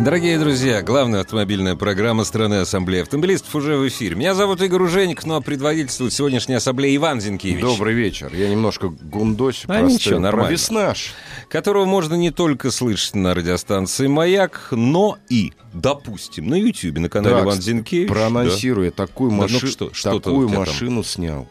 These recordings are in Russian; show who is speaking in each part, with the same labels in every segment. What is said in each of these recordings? Speaker 1: Дорогие друзья, главная автомобильная программа страны Ассамблеи Автомобилистов уже в эфире. Меня зовут Игорь Уженик, ну а предводительствует сегодняшняя ассамблея Иван Зинкевич,
Speaker 2: Добрый вечер. Я немножко гундосик.
Speaker 1: А
Speaker 2: просто
Speaker 1: ничего, нормально.
Speaker 2: Провеснаж.
Speaker 1: которого можно не только слышать на радиостанции «Маяк», но и, допустим, на Ютьюбе, на канале
Speaker 2: Да,
Speaker 1: Иван
Speaker 2: кстати,
Speaker 1: Зинкевич.
Speaker 2: Проанонсирую. Я такую,
Speaker 1: Да ну
Speaker 2: маши-
Speaker 1: что- что ты
Speaker 2: такую
Speaker 1: у тебя там?
Speaker 2: машину снял.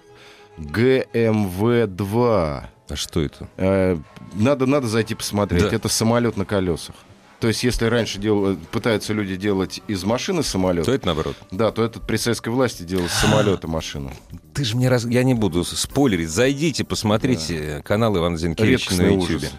Speaker 2: ГМВ-2.
Speaker 1: Да. А что это?
Speaker 2: Э, надо, надо зайти посмотреть.
Speaker 1: Да.
Speaker 2: Это самолет на колесах. То есть, если раньше дел- пытаются люди делать из машины самолет,
Speaker 1: То это наоборот.
Speaker 2: да, то этот при советской власти делал из самолета машину.
Speaker 1: Ты же мне раз... Я не буду спойлерить. Зайдите, посмотрите канал Ивана Зинкевича на
Speaker 2: Редкостный ужас.
Speaker 1: Ютьюбе.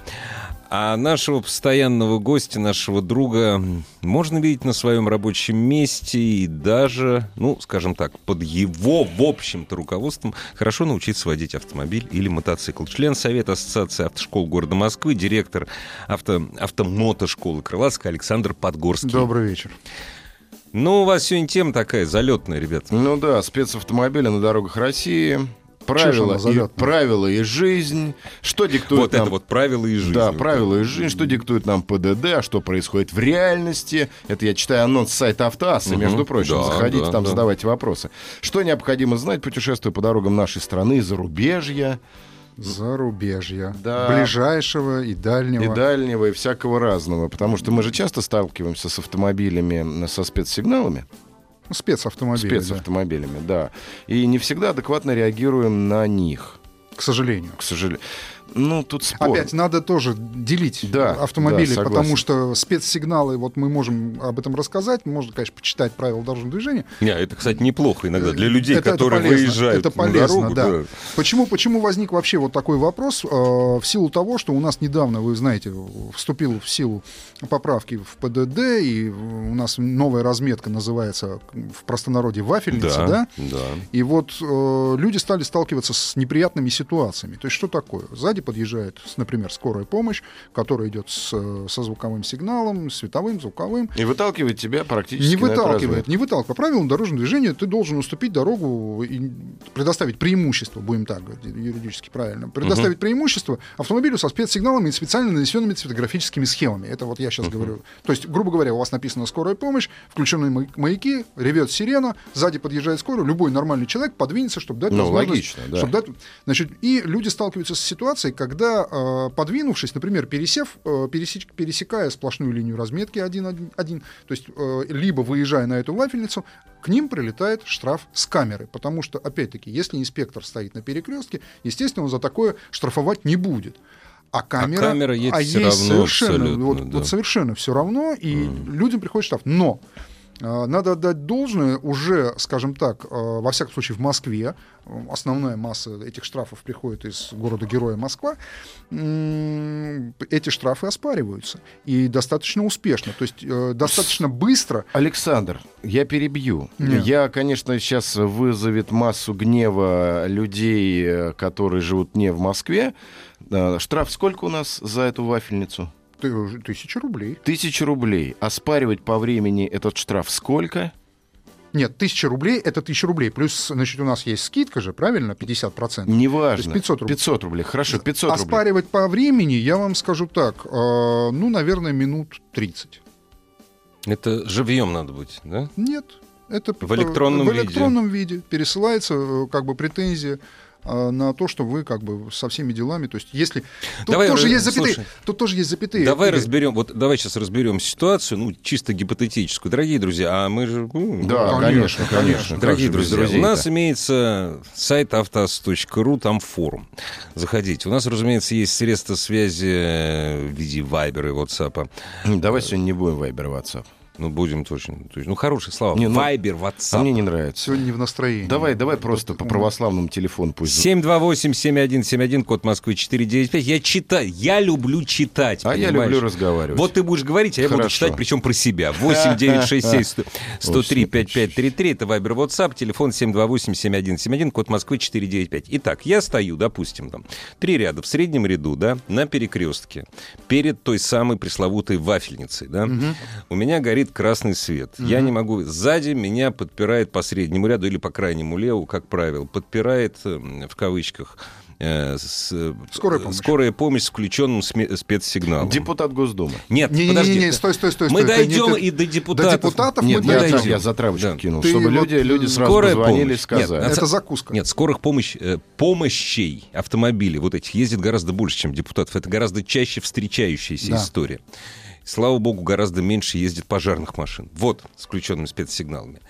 Speaker 1: А нашего постоянного гостя, нашего друга, можно видеть на своем рабочем месте и даже, ну, скажем так, под его, в общем-то, руководством хорошо научиться водить автомобиль или мотоцикл. Член Совета Ассоциации автошкол города Москвы, директор авто, автомотошколы Крылатска Александр Подгорский.
Speaker 3: Добрый вечер.
Speaker 1: Ну, у вас сегодня тема такая залетная, ребята.
Speaker 2: Ну да, спецавтомобили на дорогах России. Правила,
Speaker 3: она зовёт?
Speaker 2: и, правила и жизнь. Что диктует
Speaker 1: вот
Speaker 2: нам
Speaker 1: это вот правила и жизнь.
Speaker 2: Да,
Speaker 1: Вот
Speaker 2: правила и жизнь, что диктует нам ПДД, а что происходит в реальности. Это я читаю анонс сайта Автоасса,
Speaker 1: Мгм.
Speaker 2: между прочим.
Speaker 1: Да,
Speaker 2: Заходите
Speaker 1: да,
Speaker 2: там,
Speaker 1: да.
Speaker 2: задавайте вопросы. Что необходимо знать, путешествуя по дорогам нашей страны и зарубежья,
Speaker 3: Зарубежья.
Speaker 2: Да.
Speaker 3: Ближайшего и дальнего.
Speaker 2: и дальнего, и всякого разного. Потому что мы же часто сталкиваемся с автомобилями, э, со спецсигналами,
Speaker 3: Ну, Спецавтомобили,
Speaker 2: спецавтомобилями, да. И не всегда адекватно реагируем на них,
Speaker 3: да, к сожалению.
Speaker 2: к сожалению. Ну, тут спор.
Speaker 3: Опять надо тоже делить
Speaker 2: Да, да,
Speaker 3: автомобили,
Speaker 2: согласен.
Speaker 3: потому что спецсигналы, вот мы можем об этом рассказать, можно, конечно, почитать правила дорожного движения. Э,
Speaker 1: Не, это, кстати, неплохо иногда для людей,
Speaker 3: Это- это
Speaker 1: которые
Speaker 3: полезно,
Speaker 1: выезжают
Speaker 3: это
Speaker 1: на
Speaker 3: полезно,
Speaker 1: дорогу,
Speaker 3: да. Почему, почему возник вообще вот такой вопрос? Э, в силу того, что у нас недавно, вы знаете, вступил в силу поправки в ПДД, и у нас новая разметка называется в простонародье вафельница,
Speaker 1: Да,
Speaker 3: да?
Speaker 1: да.
Speaker 3: И вот э, люди стали сталкиваться с неприятными ситуациями. То есть что такое? Сзади подъезжает, с- например, скорая помощь, которая идет с, э, со звуковым сигналом, световым, звуковым.
Speaker 2: И выталкивает тебя практически
Speaker 3: Не
Speaker 2: на эту
Speaker 3: выталкивает,
Speaker 2: разведку.
Speaker 3: не выталкивает. По правилам дорожного движения ты должен уступить дорогу и предоставить преимущество, будем так говорить, юридически правильно, предоставить преимущество автомобилю со спецсигналами и специально нанесенными цветографическими схемами. Это вот я сейчас говорю. То есть, грубо говоря, у вас написано «скорая помощь», включены ма- маяки, ревет сирена, сзади подъезжает скорая, любой нормальный человек подвинется, чтобы дать
Speaker 2: Ну,
Speaker 3: возможность-
Speaker 2: логично, да.
Speaker 3: чтоб дать- значит, и люди сталкиваются с ситуацией, когда, э, подвинувшись, например, пересев, э, пересеч- пересекая сплошную линию разметки 1-1, то есть э, либо выезжая на эту вафельницу, к ним прилетает штраф с камеры. Потому что, опять-таки, если инспектор стоит на перекрестке, естественно, он за такое штрафовать не будет. А камера,
Speaker 1: камера ей
Speaker 3: а
Speaker 1: всё
Speaker 3: ей
Speaker 1: равно
Speaker 3: совершенно, ну,
Speaker 1: абсолютно,
Speaker 3: вот,
Speaker 1: да.
Speaker 3: вот совершенно все равно, и людям приходит штраф. Но э, надо отдать должное уже, скажем так, э, во всяком случае в Москве, э, основная масса этих штрафов приходит из города-героя Москва, м, эти штрафы оспариваются. И достаточно успешно, то есть э, достаточно быстро.
Speaker 2: Александр, я перебью.
Speaker 3: Нет.
Speaker 2: Я, конечно, сейчас вызовет массу гнева людей, э, которые живут не в Москве. Э, Штраф сколько у нас за эту вафельницу?
Speaker 3: Ты- э, Тысяча рублей.
Speaker 2: Тысяча рублей. Оспаривать по времени этот штраф сколько?
Speaker 3: Нет, тысяча рублей — это тысяча рублей. Плюс, значит, у нас есть скидка же, правильно, 50%.
Speaker 2: Неважно.
Speaker 3: То есть 500 рублей. А
Speaker 2: 500 рублей. Хорошо, 500 рублей.
Speaker 3: Оспаривать по времени, я вам скажу так, э, ну, наверное, минут 30.
Speaker 1: Это живьем надо быть, да?
Speaker 3: Нет, это
Speaker 1: В электронном
Speaker 3: в
Speaker 1: виде.
Speaker 3: электронном виде. пересылается э, как бы претензия э, на то, что вы как бы со всеми делами, то есть если тут
Speaker 1: Давай,
Speaker 3: тоже
Speaker 1: э,
Speaker 3: есть запятые,
Speaker 1: слушай.
Speaker 3: тут тоже есть запятые.
Speaker 1: давай
Speaker 3: Игорь.
Speaker 1: разберем, вот давай сейчас разберем ситуацию, ну чисто гипотетическую, дорогие друзья, а мы же, ну,
Speaker 2: Да,
Speaker 3: Конечно,
Speaker 2: конечно, конечно.
Speaker 3: конечно.
Speaker 1: дорогие
Speaker 2: Как же без
Speaker 1: друзья, у
Speaker 2: друзей-то?
Speaker 1: нас имеется сайт автоаз.ру, там форум, заходите. У нас, разумеется, есть средства связи э, в виде Viber и WhatsApp.
Speaker 2: Давай сегодня не будем А вайбер WhatsApp.
Speaker 1: Ну, будем точно. точно. Ну, хорошие слова.
Speaker 2: Не, ну,
Speaker 1: Вайбер,
Speaker 2: А
Speaker 1: WhatsApp.
Speaker 2: мне не нравится.
Speaker 3: Сегодня не в настроении.
Speaker 2: Давай, давай просто по православному телефону пусть.
Speaker 1: 728-7171, код Москвы 495. Я читаю, я люблю читать,
Speaker 2: А я
Speaker 1: понимаешь?
Speaker 2: люблю разговаривать.
Speaker 1: Вот ты будешь говорить, а я буду
Speaker 2: Хорошо.
Speaker 1: читать, причем про себя. 8 9 6 7 100 103 5533 это Вайбер WhatsApp, телефон 728-7171, код Москвы 495. Итак, я стою, допустим, там, три ряда в среднем ряду, да, на перекрестке, перед той самой пресловутой вафельницей, да. У меня горит красный свет. Я не могу... Сзади меня подпирает по среднему ряду или по крайнему леву, как правило, подпирает, э, в кавычках, э, с-
Speaker 3: Скорая помощь.
Speaker 1: скорая помощь с включенным сме- спецсигналом.
Speaker 2: Депутат Госдумы.
Speaker 1: Нет, подожди.
Speaker 3: Не-не-не, стой, стой, стой.
Speaker 1: Мы
Speaker 3: стой, ты не-
Speaker 1: дойдем
Speaker 3: ты-
Speaker 1: и до депутатов.
Speaker 3: До депутатов
Speaker 2: Нет,
Speaker 3: мы
Speaker 2: я,
Speaker 1: подожди.
Speaker 3: дойдем.
Speaker 2: там- я затравочку
Speaker 1: Да.
Speaker 2: кинул,
Speaker 3: Ты
Speaker 2: чтобы
Speaker 3: вот,
Speaker 2: люди, люди сразу
Speaker 1: скорая
Speaker 2: позвонили и
Speaker 1: помощь.
Speaker 2: сказали.
Speaker 1: Нет,
Speaker 3: Это
Speaker 1: Ца-
Speaker 3: закуска.
Speaker 1: Нет, скорых помощь, э, помощей автомобилей вот этих ездит гораздо больше, чем депутатов. Это гораздо чаще встречающаяся
Speaker 3: Да.
Speaker 1: история. Слава богу, гораздо меньше ездит пожарных машин. Вот, с включенными спецсигналами.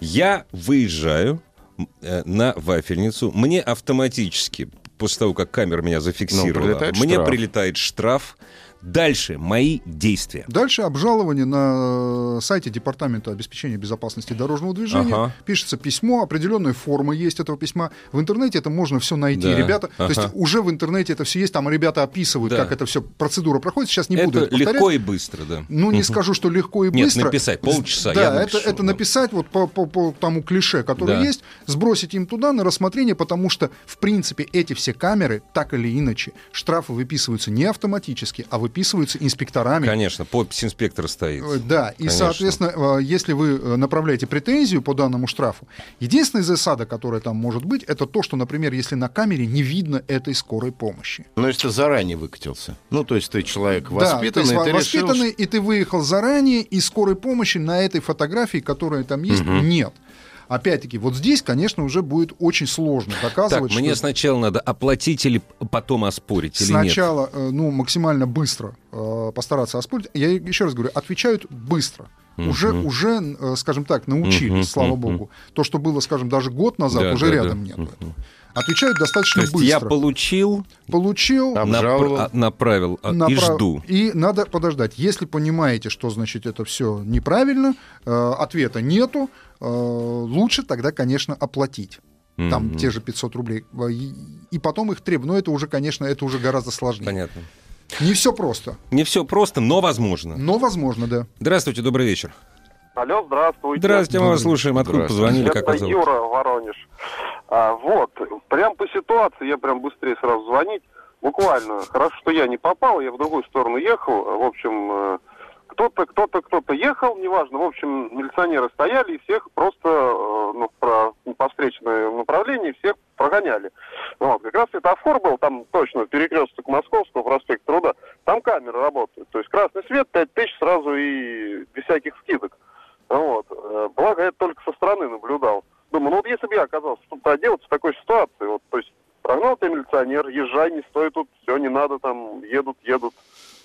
Speaker 1: Я выезжаю м, э, на вафельницу. Мне автоматически, после того, как камера меня зафиксировала,
Speaker 2: Ну, прилетает
Speaker 1: мне
Speaker 2: штраф.
Speaker 1: прилетает штраф. Дальше мои действия.
Speaker 3: Дальше обжалование на э, сайте Департамента обеспечения безопасности дорожного движения.
Speaker 1: Ага.
Speaker 3: Пишется письмо, определенная форма есть этого письма. В интернете это можно все найти,
Speaker 1: Да.
Speaker 3: ребята. То
Speaker 1: Ага.
Speaker 3: есть уже в интернете это все есть, там ребята описывают,
Speaker 1: Да.
Speaker 3: как это все процедура проходит. Сейчас не буду
Speaker 1: Это
Speaker 3: это повторять.
Speaker 1: легко и быстро, да.
Speaker 3: Ну, не скажу, что легко и
Speaker 1: Нет,
Speaker 3: быстро.
Speaker 1: написать полчаса, я
Speaker 3: Да,
Speaker 1: напишу,
Speaker 3: это, это
Speaker 1: да.
Speaker 3: написать вот по, по- по тому клише, которое
Speaker 1: Да.
Speaker 3: есть, сбросить им туда на рассмотрение, потому что, в принципе, эти все камеры, так или иначе, штрафы выписываются не автоматически, а выписываются инспекторами.
Speaker 1: Конечно, подпись инспектора стоит.
Speaker 3: Э, Да, и,
Speaker 1: Конечно.
Speaker 3: соответственно, э, если вы э, направляете претензию по данному штрафу, единственная засада, которая там может быть, это то, что, например, если на камере не видно этой скорой помощи.
Speaker 2: Ну, если ты заранее выкатился. Ну, то есть ты человек
Speaker 3: да,
Speaker 2: воспитанный,
Speaker 3: ты,
Speaker 2: и
Speaker 3: сва-
Speaker 2: ты решил,
Speaker 3: воспитанный, и ты выехал заранее, и скорой помощи на этой фотографии, которая там есть, нет. Опять-таки, вот здесь, конечно, уже будет очень сложно
Speaker 1: Так,
Speaker 3: доказывать,
Speaker 1: мне
Speaker 3: что
Speaker 1: сначала надо оплатить или потом оспорить, или нет?
Speaker 3: сначала, э, ну, максимально быстро э, постараться оспорить. Я еще раз говорю, отвечают быстро. Уже, уже, э, скажем так, научились,
Speaker 1: Мгм,
Speaker 3: слава
Speaker 1: мгм.
Speaker 3: богу. То, что было, скажем, даже год назад,
Speaker 1: Да,
Speaker 3: уже
Speaker 1: да,
Speaker 3: рядом
Speaker 1: да.
Speaker 3: нет. Отвечают достаточно
Speaker 1: То есть
Speaker 3: быстро.
Speaker 1: я получил,
Speaker 3: Получил,
Speaker 2: Да,
Speaker 1: напра-
Speaker 2: Обжаловал.
Speaker 1: а, направил а, и
Speaker 3: направ-
Speaker 1: жду.
Speaker 3: И надо подождать. Если понимаете, что значит это все неправильно, э, ответа нету, э, лучше тогда, конечно, оплатить. Там те же 500 рублей. Э, И, и потом их требуют. Но это уже, конечно, это уже гораздо сложнее.
Speaker 1: Понятно.
Speaker 3: Не все просто.
Speaker 1: Не все просто, но возможно.
Speaker 3: Но возможно, да.
Speaker 1: Здравствуйте, добрый вечер.
Speaker 4: Алло, здравствуйте.
Speaker 1: Здравствуйте, мы вас слушаем. Откуда
Speaker 2: Здравствуйте.
Speaker 1: позвонили? Как
Speaker 4: Это
Speaker 1: вас зовут?
Speaker 4: Юра, Воронеж. А, вот, прям по ситуации, я прям быстрее сразу звонить. Буквально, хорошо, что я не попал, я в другую сторону ехал. В общем, э, кто-то, кто-то, кто-то ехал, неважно. В общем, милиционеры стояли и всех просто э, ну, про, по встречному направлению всех прогоняли. Вот, как раз светофор был, там точно перекресток Московского, проспект Труда, там камеры работают. То есть красный свет, 5000 сразу и без всяких скидок. Вот. Э, Благо, я это только со стороны наблюдал. Думаю, ну вот если бы я оказался что-то делать в такой ситуации, вот, то есть прогнал ты милиционер, езжай, не стой тут, все, не надо, там, едут, едут.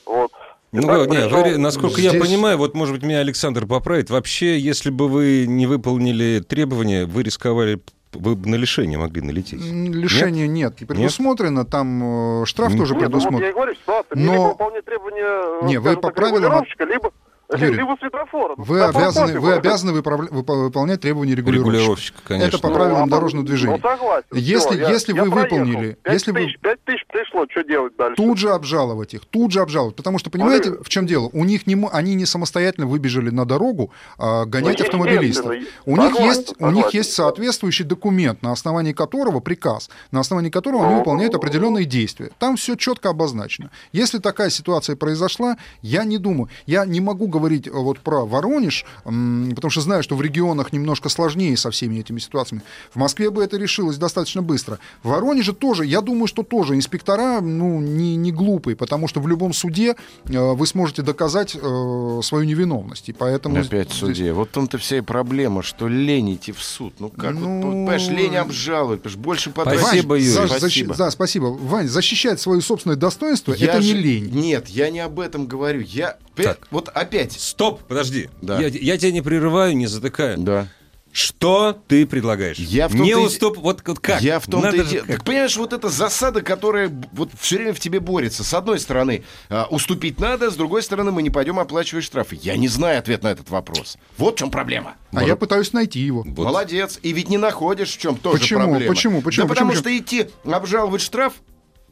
Speaker 4: Вот. И
Speaker 1: Ну,
Speaker 4: так
Speaker 1: вы- не,
Speaker 4: пришел-
Speaker 1: вы- насколько я
Speaker 3: Здесь-
Speaker 1: понимаю, вот, может быть, меня Александр поправит. Вообще, если бы вы не выполнили требования, вы рисковали, вы бы на лишение могли налететь.
Speaker 3: М, Лишения нет. Предусмотрено, там э, штраф
Speaker 1: Нет.
Speaker 3: тоже
Speaker 4: Нет, ну вот я
Speaker 3: предусмотрен.
Speaker 4: и говорю, ситуация. мне
Speaker 3: Но-
Speaker 4: Либо выполнять требования, э,
Speaker 3: Не, вы
Speaker 4: скажем
Speaker 3: по
Speaker 4: так,
Speaker 3: правилам-
Speaker 4: регулировщика, либо, э,
Speaker 3: Юрий,
Speaker 4: либо светофора. Ну,
Speaker 3: Вы
Speaker 4: светофор
Speaker 3: обязаны,
Speaker 4: пофигу.
Speaker 3: вы обязаны выправля- выпо- выполнять требования регулировщика.
Speaker 1: Регулировщик, конечно.
Speaker 3: Это по правилам
Speaker 4: а там-
Speaker 3: дорожного движения.
Speaker 4: Ну, согласен.
Speaker 3: Если-
Speaker 4: всё, я-
Speaker 3: если
Speaker 4: я
Speaker 3: вы
Speaker 4: проехал.
Speaker 3: выполнили,
Speaker 4: Пять
Speaker 3: если вы-
Speaker 4: тысяч- пять тысяч пришло, что делать дальше?
Speaker 3: Тут же обжаловать их, тут же обжаловать. Потому что, понимаете,
Speaker 4: Валерий-
Speaker 3: в чем дело? У них не, мо- они не самостоятельно выбежали на дорогу а, гонять
Speaker 4: Ну,
Speaker 3: автомобилистов.
Speaker 4: естественно,
Speaker 3: У них,
Speaker 4: согласен,
Speaker 3: есть, у них
Speaker 4: согласен.
Speaker 3: есть соответствующий документ, на основании которого приказ, на основании которого они
Speaker 4: Ну.
Speaker 3: выполняют определенные действия. Там все четко обозначено. Если такая ситуация произошла, я не думаю, я не могу говорить э, вот про Воронеж, м, потому что знаю, что в регионах немножко сложнее со всеми этими ситуациями. В Москве бы это решилось достаточно быстро. В Воронеже тоже, я думаю, что тоже инспектора ну, не, не глупые, потому что в любом суде э, вы сможете доказать э, свою невиновность. И поэтому
Speaker 2: Опять
Speaker 3: здесь-
Speaker 2: судья. Вот в том-то вся и проблема, что лень идти в суд. Ну как?
Speaker 3: Ну,
Speaker 2: Вот, понимаешь, лень обжаловать, понимаешь, больше потратить.
Speaker 1: Спасибо, Юрий.
Speaker 3: за- защи-
Speaker 2: Спасибо.
Speaker 3: да, спасибо. Вань, защищать свое собственное достоинство это не
Speaker 2: же-
Speaker 3: лень.
Speaker 2: Нет, я не об этом говорю. Я... опять-
Speaker 1: Так.
Speaker 2: Вот опять.
Speaker 1: Стоп, подожди.
Speaker 2: Да.
Speaker 1: Я, я тебя не прерываю, не затыкаю.
Speaker 2: Да.
Speaker 1: Что ты предлагаешь?
Speaker 2: Я в том-то
Speaker 1: не
Speaker 2: и-
Speaker 1: уступ... Вот, вот как?
Speaker 2: Я в том-то
Speaker 1: Надо
Speaker 2: и
Speaker 1: же
Speaker 2: де-
Speaker 1: как?
Speaker 2: Так понимаешь, вот эта засада, которая б- вот все время в тебе борется. С одной стороны, а, уступить надо, с другой стороны, мы не пойдем оплачивать штрафы. Я не знаю ответ на этот вопрос. Вот в чем проблема.
Speaker 3: А я пытаюсь найти его.
Speaker 1: Вот.
Speaker 2: Молодец. И ведь не находишь, в чем тоже
Speaker 3: Почему?
Speaker 2: проблема.
Speaker 3: Почему? Почему?
Speaker 2: Да потому
Speaker 3: Почему?
Speaker 2: что идти обжаловать штраф,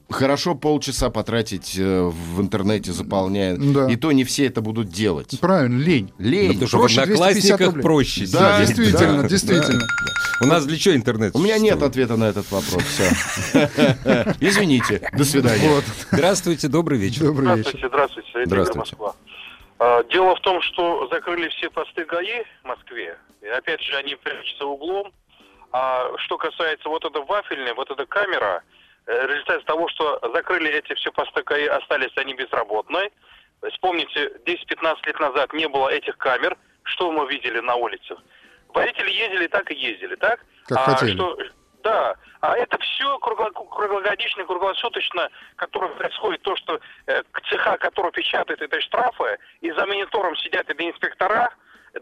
Speaker 2: хорошо полчаса потратить э, в интернете, заполняя.
Speaker 3: Да.
Speaker 2: И то не все это будут делать.
Speaker 3: Правильно, лень.
Speaker 2: Лень.
Speaker 1: Ну, Потому что в
Speaker 3: Проще 250
Speaker 1: одноклассниках
Speaker 3: рублей.
Speaker 1: проще.
Speaker 2: Да,
Speaker 1: сидеть.
Speaker 3: действительно,
Speaker 2: да,
Speaker 3: действительно.
Speaker 1: У нас для чего интернет?
Speaker 2: У меня нет
Speaker 1: существует?
Speaker 2: ответа на этот вопрос. Все. Извините. До свидания.
Speaker 3: Вот,
Speaker 1: Здравствуйте, добрый вечер.
Speaker 2: А,
Speaker 3: добрый вечер.
Speaker 4: Здравствуйте, здравствуйте, это
Speaker 1: Здравствуйте.
Speaker 4: Игорь Москва. А, Дело в том, что закрыли все посты ГАИ в Москве. И опять же, они прячутся углом. А что касается вот этой вафельной, вот эта камера, э, результат того, что закрыли эти все посты ГАИ, остались они безработные. Вспомните, 10-15 лет назад не было этих камер. Что мы видели на улицах? Водители ездили, так и ездили, так?
Speaker 3: Как
Speaker 4: а,
Speaker 3: хотели.
Speaker 4: что- да, а это все круглогодично, круглосуточно, которое происходит, то, что э, к цеха, который печатает эти штрафы, и за монитором сидят эти инспектора,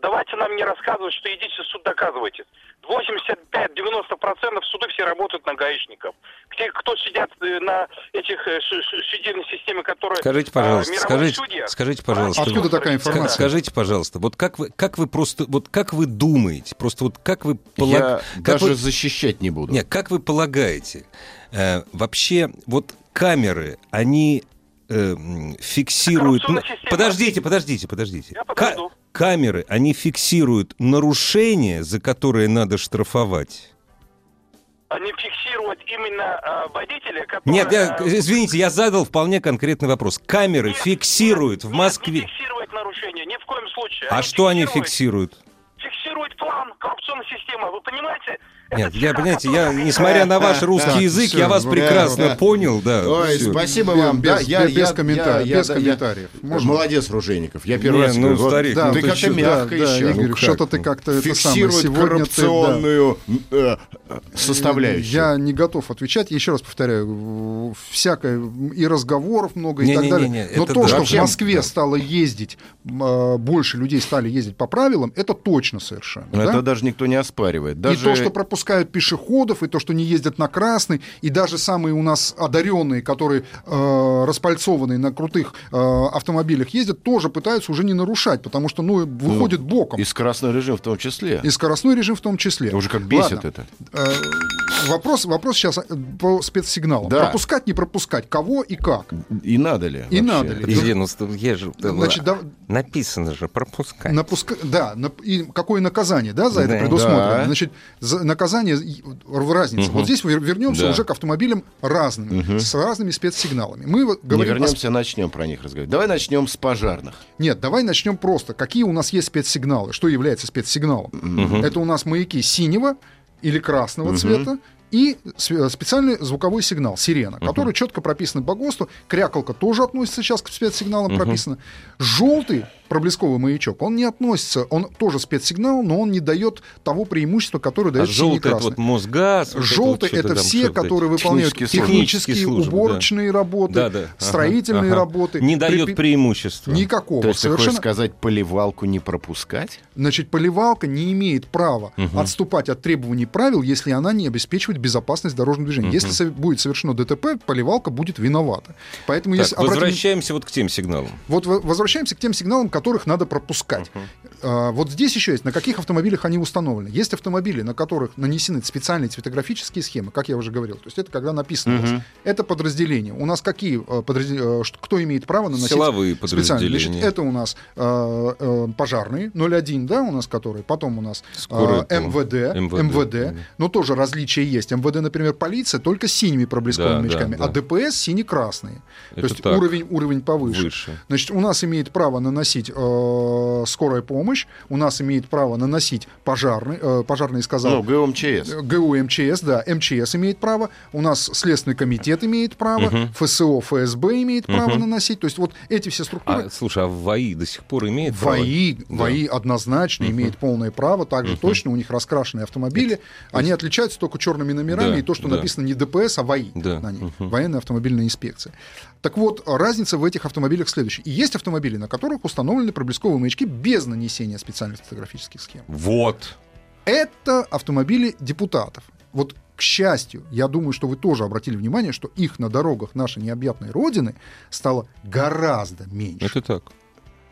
Speaker 4: давайте нам не рассказывать, что идите в суд доказывайте. 85-90% суды все работают на гаишников. Те, кто сидят э, на этих э, су- су- судебной системе, которые...
Speaker 1: Скажите,
Speaker 4: а,
Speaker 1: пожалуйста,
Speaker 4: мировой
Speaker 1: скажите,
Speaker 4: судья.
Speaker 1: скажите, пожалуйста.
Speaker 3: Откуда
Speaker 1: вот-
Speaker 3: такая
Speaker 1: ска-
Speaker 3: информация?
Speaker 1: Скажите, пожалуйста, вот как вы, как вы просто, вот как вы думаете, просто вот как вы
Speaker 2: Я
Speaker 1: полаг- как
Speaker 2: даже
Speaker 1: вы-
Speaker 2: защищать не буду.
Speaker 1: Нет, как вы полагаете, э, вообще вот камеры, они э, м, фиксируют...
Speaker 4: Коррупционная
Speaker 1: на-
Speaker 4: система.
Speaker 1: Подождите, подождите, подождите.
Speaker 4: Я подожду.
Speaker 1: камеры, они фиксируют нарушения, за которые надо штрафовать.
Speaker 4: Они фиксируют а именно э, водителя, который...
Speaker 1: Нет, я,
Speaker 4: э,
Speaker 1: извините, я задал вполне конкретный вопрос. Камеры
Speaker 4: Нет,
Speaker 1: фиксируют в
Speaker 4: нет, Не
Speaker 1: Москве.
Speaker 4: фиксирует нарушение, ни в коем случае.
Speaker 1: А что они
Speaker 4: фиксируют?
Speaker 1: фиксируют?
Speaker 4: Фиксирует план коррупционной системы, вы понимаете?
Speaker 1: Нет,
Speaker 4: Это
Speaker 1: я,
Speaker 4: цена,
Speaker 1: понимаете, я,
Speaker 4: которая-
Speaker 1: несмотря на ваш русский
Speaker 3: Так,
Speaker 1: язык,
Speaker 3: всё,
Speaker 1: я вас
Speaker 3: ну,
Speaker 1: прекрасно
Speaker 2: да.
Speaker 1: понял, да.
Speaker 2: Ой,
Speaker 1: всё.
Speaker 2: спасибо
Speaker 3: Без-
Speaker 2: вам. Да,
Speaker 3: без-
Speaker 2: я-
Speaker 3: без
Speaker 2: я-
Speaker 3: комментариев,
Speaker 2: я-
Speaker 3: без
Speaker 2: я-
Speaker 3: комментариев.
Speaker 2: я-
Speaker 3: Можно?
Speaker 2: Молодец, Ружейников. Я первый
Speaker 1: Не,
Speaker 2: раз
Speaker 1: ну,
Speaker 2: говорю, вот
Speaker 1: старик,
Speaker 3: Да,
Speaker 2: ты
Speaker 3: ну
Speaker 2: как-то
Speaker 3: чё,
Speaker 2: мягко
Speaker 3: да, да,
Speaker 2: еще.
Speaker 3: Игорь,
Speaker 1: Ну, как?
Speaker 3: что-то ты как-то это самое.
Speaker 2: фиксирует
Speaker 3: Сегодня ты, да.
Speaker 2: коррупционную э, э, составляющую.
Speaker 3: Я не готов отвечать. Я еще раз повторяю, в- всякое и разговоров много и так
Speaker 1: Не-не-не-не,
Speaker 3: далее. Но
Speaker 1: это
Speaker 3: то,
Speaker 1: да.
Speaker 3: что
Speaker 2: Вообще,
Speaker 3: в Москве
Speaker 1: да.
Speaker 3: стало ездить, м, э, больше людей стали ездить по правилам, это точно совершенно. да?
Speaker 2: Ну, Это даже никто не оспаривает. Даже...
Speaker 3: И то, что пропускают пешеходов, и то, что не ездят на красный, и даже самые у нас одаренные, которые э, распальцованные на крутых э, автомобилях ездят, тоже пытаются уже не нарушать, потому что, ну,
Speaker 2: Ну,
Speaker 3: выходит боком.
Speaker 2: И скоростной режим в том числе.
Speaker 3: И скоростной режим в том числе.
Speaker 2: Уже как бесит
Speaker 3: Ладно.
Speaker 2: это.
Speaker 3: Э, вопрос, вопрос сейчас э, по спецсигналам.
Speaker 2: Да.
Speaker 3: Пропускать, не пропускать, кого и как.
Speaker 2: И надо ли?
Speaker 3: И
Speaker 2: вообще?
Speaker 3: надо ли?
Speaker 1: Извини, ну, ст- я же-
Speaker 3: Значит, да-
Speaker 1: написано же, пропускай.
Speaker 3: Напуска... Да, нап- и какое наказание да, за это
Speaker 1: Да.
Speaker 3: предусмотрено?
Speaker 2: Да.
Speaker 3: Значит, за наказание и- в разнице. Вот здесь вер- вернемся
Speaker 2: Да.
Speaker 3: уже к автомобилям разными, с разными спецсигналами. Мы вот
Speaker 2: Не
Speaker 3: говорим о
Speaker 2: вернемся, начнем про них разговаривать. Давай начнем с пожарных.
Speaker 3: Нет, давай начнем просто. Какие у нас есть спецсигналы? Что является спецсигналом? Это у нас маяки синего или красного цвета и св- э, специальный звуковой сигнал, сирена, который четко прописан по ГОСТу. Крякалка тоже относится сейчас к спецсигналам, прописано. Желтый проблесковый маячок, он не относится, он тоже спецсигнал, но он не дает того преимущества, которое
Speaker 1: А
Speaker 3: дает синий и
Speaker 1: желтый это
Speaker 3: красный.
Speaker 1: вот Мосгаз. вот
Speaker 3: Желтый
Speaker 1: вот что-то
Speaker 3: это
Speaker 1: там,
Speaker 3: все,
Speaker 1: что-то
Speaker 3: которые
Speaker 1: эти.
Speaker 3: выполняют
Speaker 2: Технические
Speaker 3: технические,
Speaker 1: службы. Технические службы, да.
Speaker 3: уборочные работы,
Speaker 1: Да, да. Ага,
Speaker 3: строительные
Speaker 1: ага.
Speaker 3: работы.
Speaker 1: Не
Speaker 3: Припи-
Speaker 1: дает преимущества.
Speaker 3: Никакого.
Speaker 2: То есть ты хочешь
Speaker 3: совершенно
Speaker 2: сказать, поливалку не пропускать?
Speaker 3: Значит, поливалка не имеет права отступать от требований правил, если она не обеспечивает безопасность дорожного движения. Если со- будет совершено ДТП, поливалка будет виновата. Поэтому
Speaker 1: Так,
Speaker 3: если обратим-
Speaker 1: возвращаемся вот к тем сигналам.
Speaker 3: вот во- возвращаемся к тем сигналам, которых надо пропускать. А, вот здесь еще есть, на каких автомобилях они установлены. Есть автомобили, на которых нанесены специальные цветографические схемы, как я уже говорил. То есть это когда написано. у вас. Это подразделение. У нас какие э, подразде- э, ш- кто имеет право наносить
Speaker 1: Силовые
Speaker 3: специально?
Speaker 1: подразделения.
Speaker 3: Значит, это у нас э, э, пожарные 01, да, у нас которые. Потом у нас э,
Speaker 1: Скорая помощь.
Speaker 3: МВД,
Speaker 1: МВД,
Speaker 3: МВД.
Speaker 1: мгм.
Speaker 3: Но тоже различия есть. МВД, например, полиция только синими
Speaker 1: Да,
Speaker 3: проблесковыми
Speaker 1: да,
Speaker 3: мешками,
Speaker 1: да.
Speaker 3: а ДПС сине-красные. То
Speaker 1: Это
Speaker 3: есть
Speaker 1: так.
Speaker 3: уровень уровень повыше.
Speaker 1: Выше.
Speaker 3: Значит, у нас имеет право наносить э, скорая помощь, у нас имеет право наносить пожарный, э, пожарный
Speaker 2: Ну,
Speaker 3: сказал.
Speaker 2: ГУМЧС.
Speaker 3: э, ГУ МЧС, да, МЧС имеет право, у нас Следственный комитет имеет право, ФСО, ФСБ имеет право наносить, то есть Ну, вот эти все структуры,
Speaker 1: А, слушай, а ВАИ до сих пор имеет право?
Speaker 3: ВАИ,
Speaker 1: Да.
Speaker 3: ВАИ однозначно имеет полное право, также точно, у них раскрашенные автомобили, они отличаются только черными номерами
Speaker 1: Да,
Speaker 3: и то, что
Speaker 1: да.
Speaker 3: написано не ДПС, а ВАИ
Speaker 1: Да,
Speaker 3: на них, военная автомобильная инспекция. Так вот, разница в этих автомобилях следующая. И есть автомобили, на которых установлены проблесковые маячки без нанесения специальных фотографических схем.
Speaker 1: Вот.
Speaker 3: Это автомобили депутатов. Вот к счастью, я думаю, что вы тоже обратили внимание, что их на дорогах нашей необъятной родины стало гораздо меньше.
Speaker 1: Это так.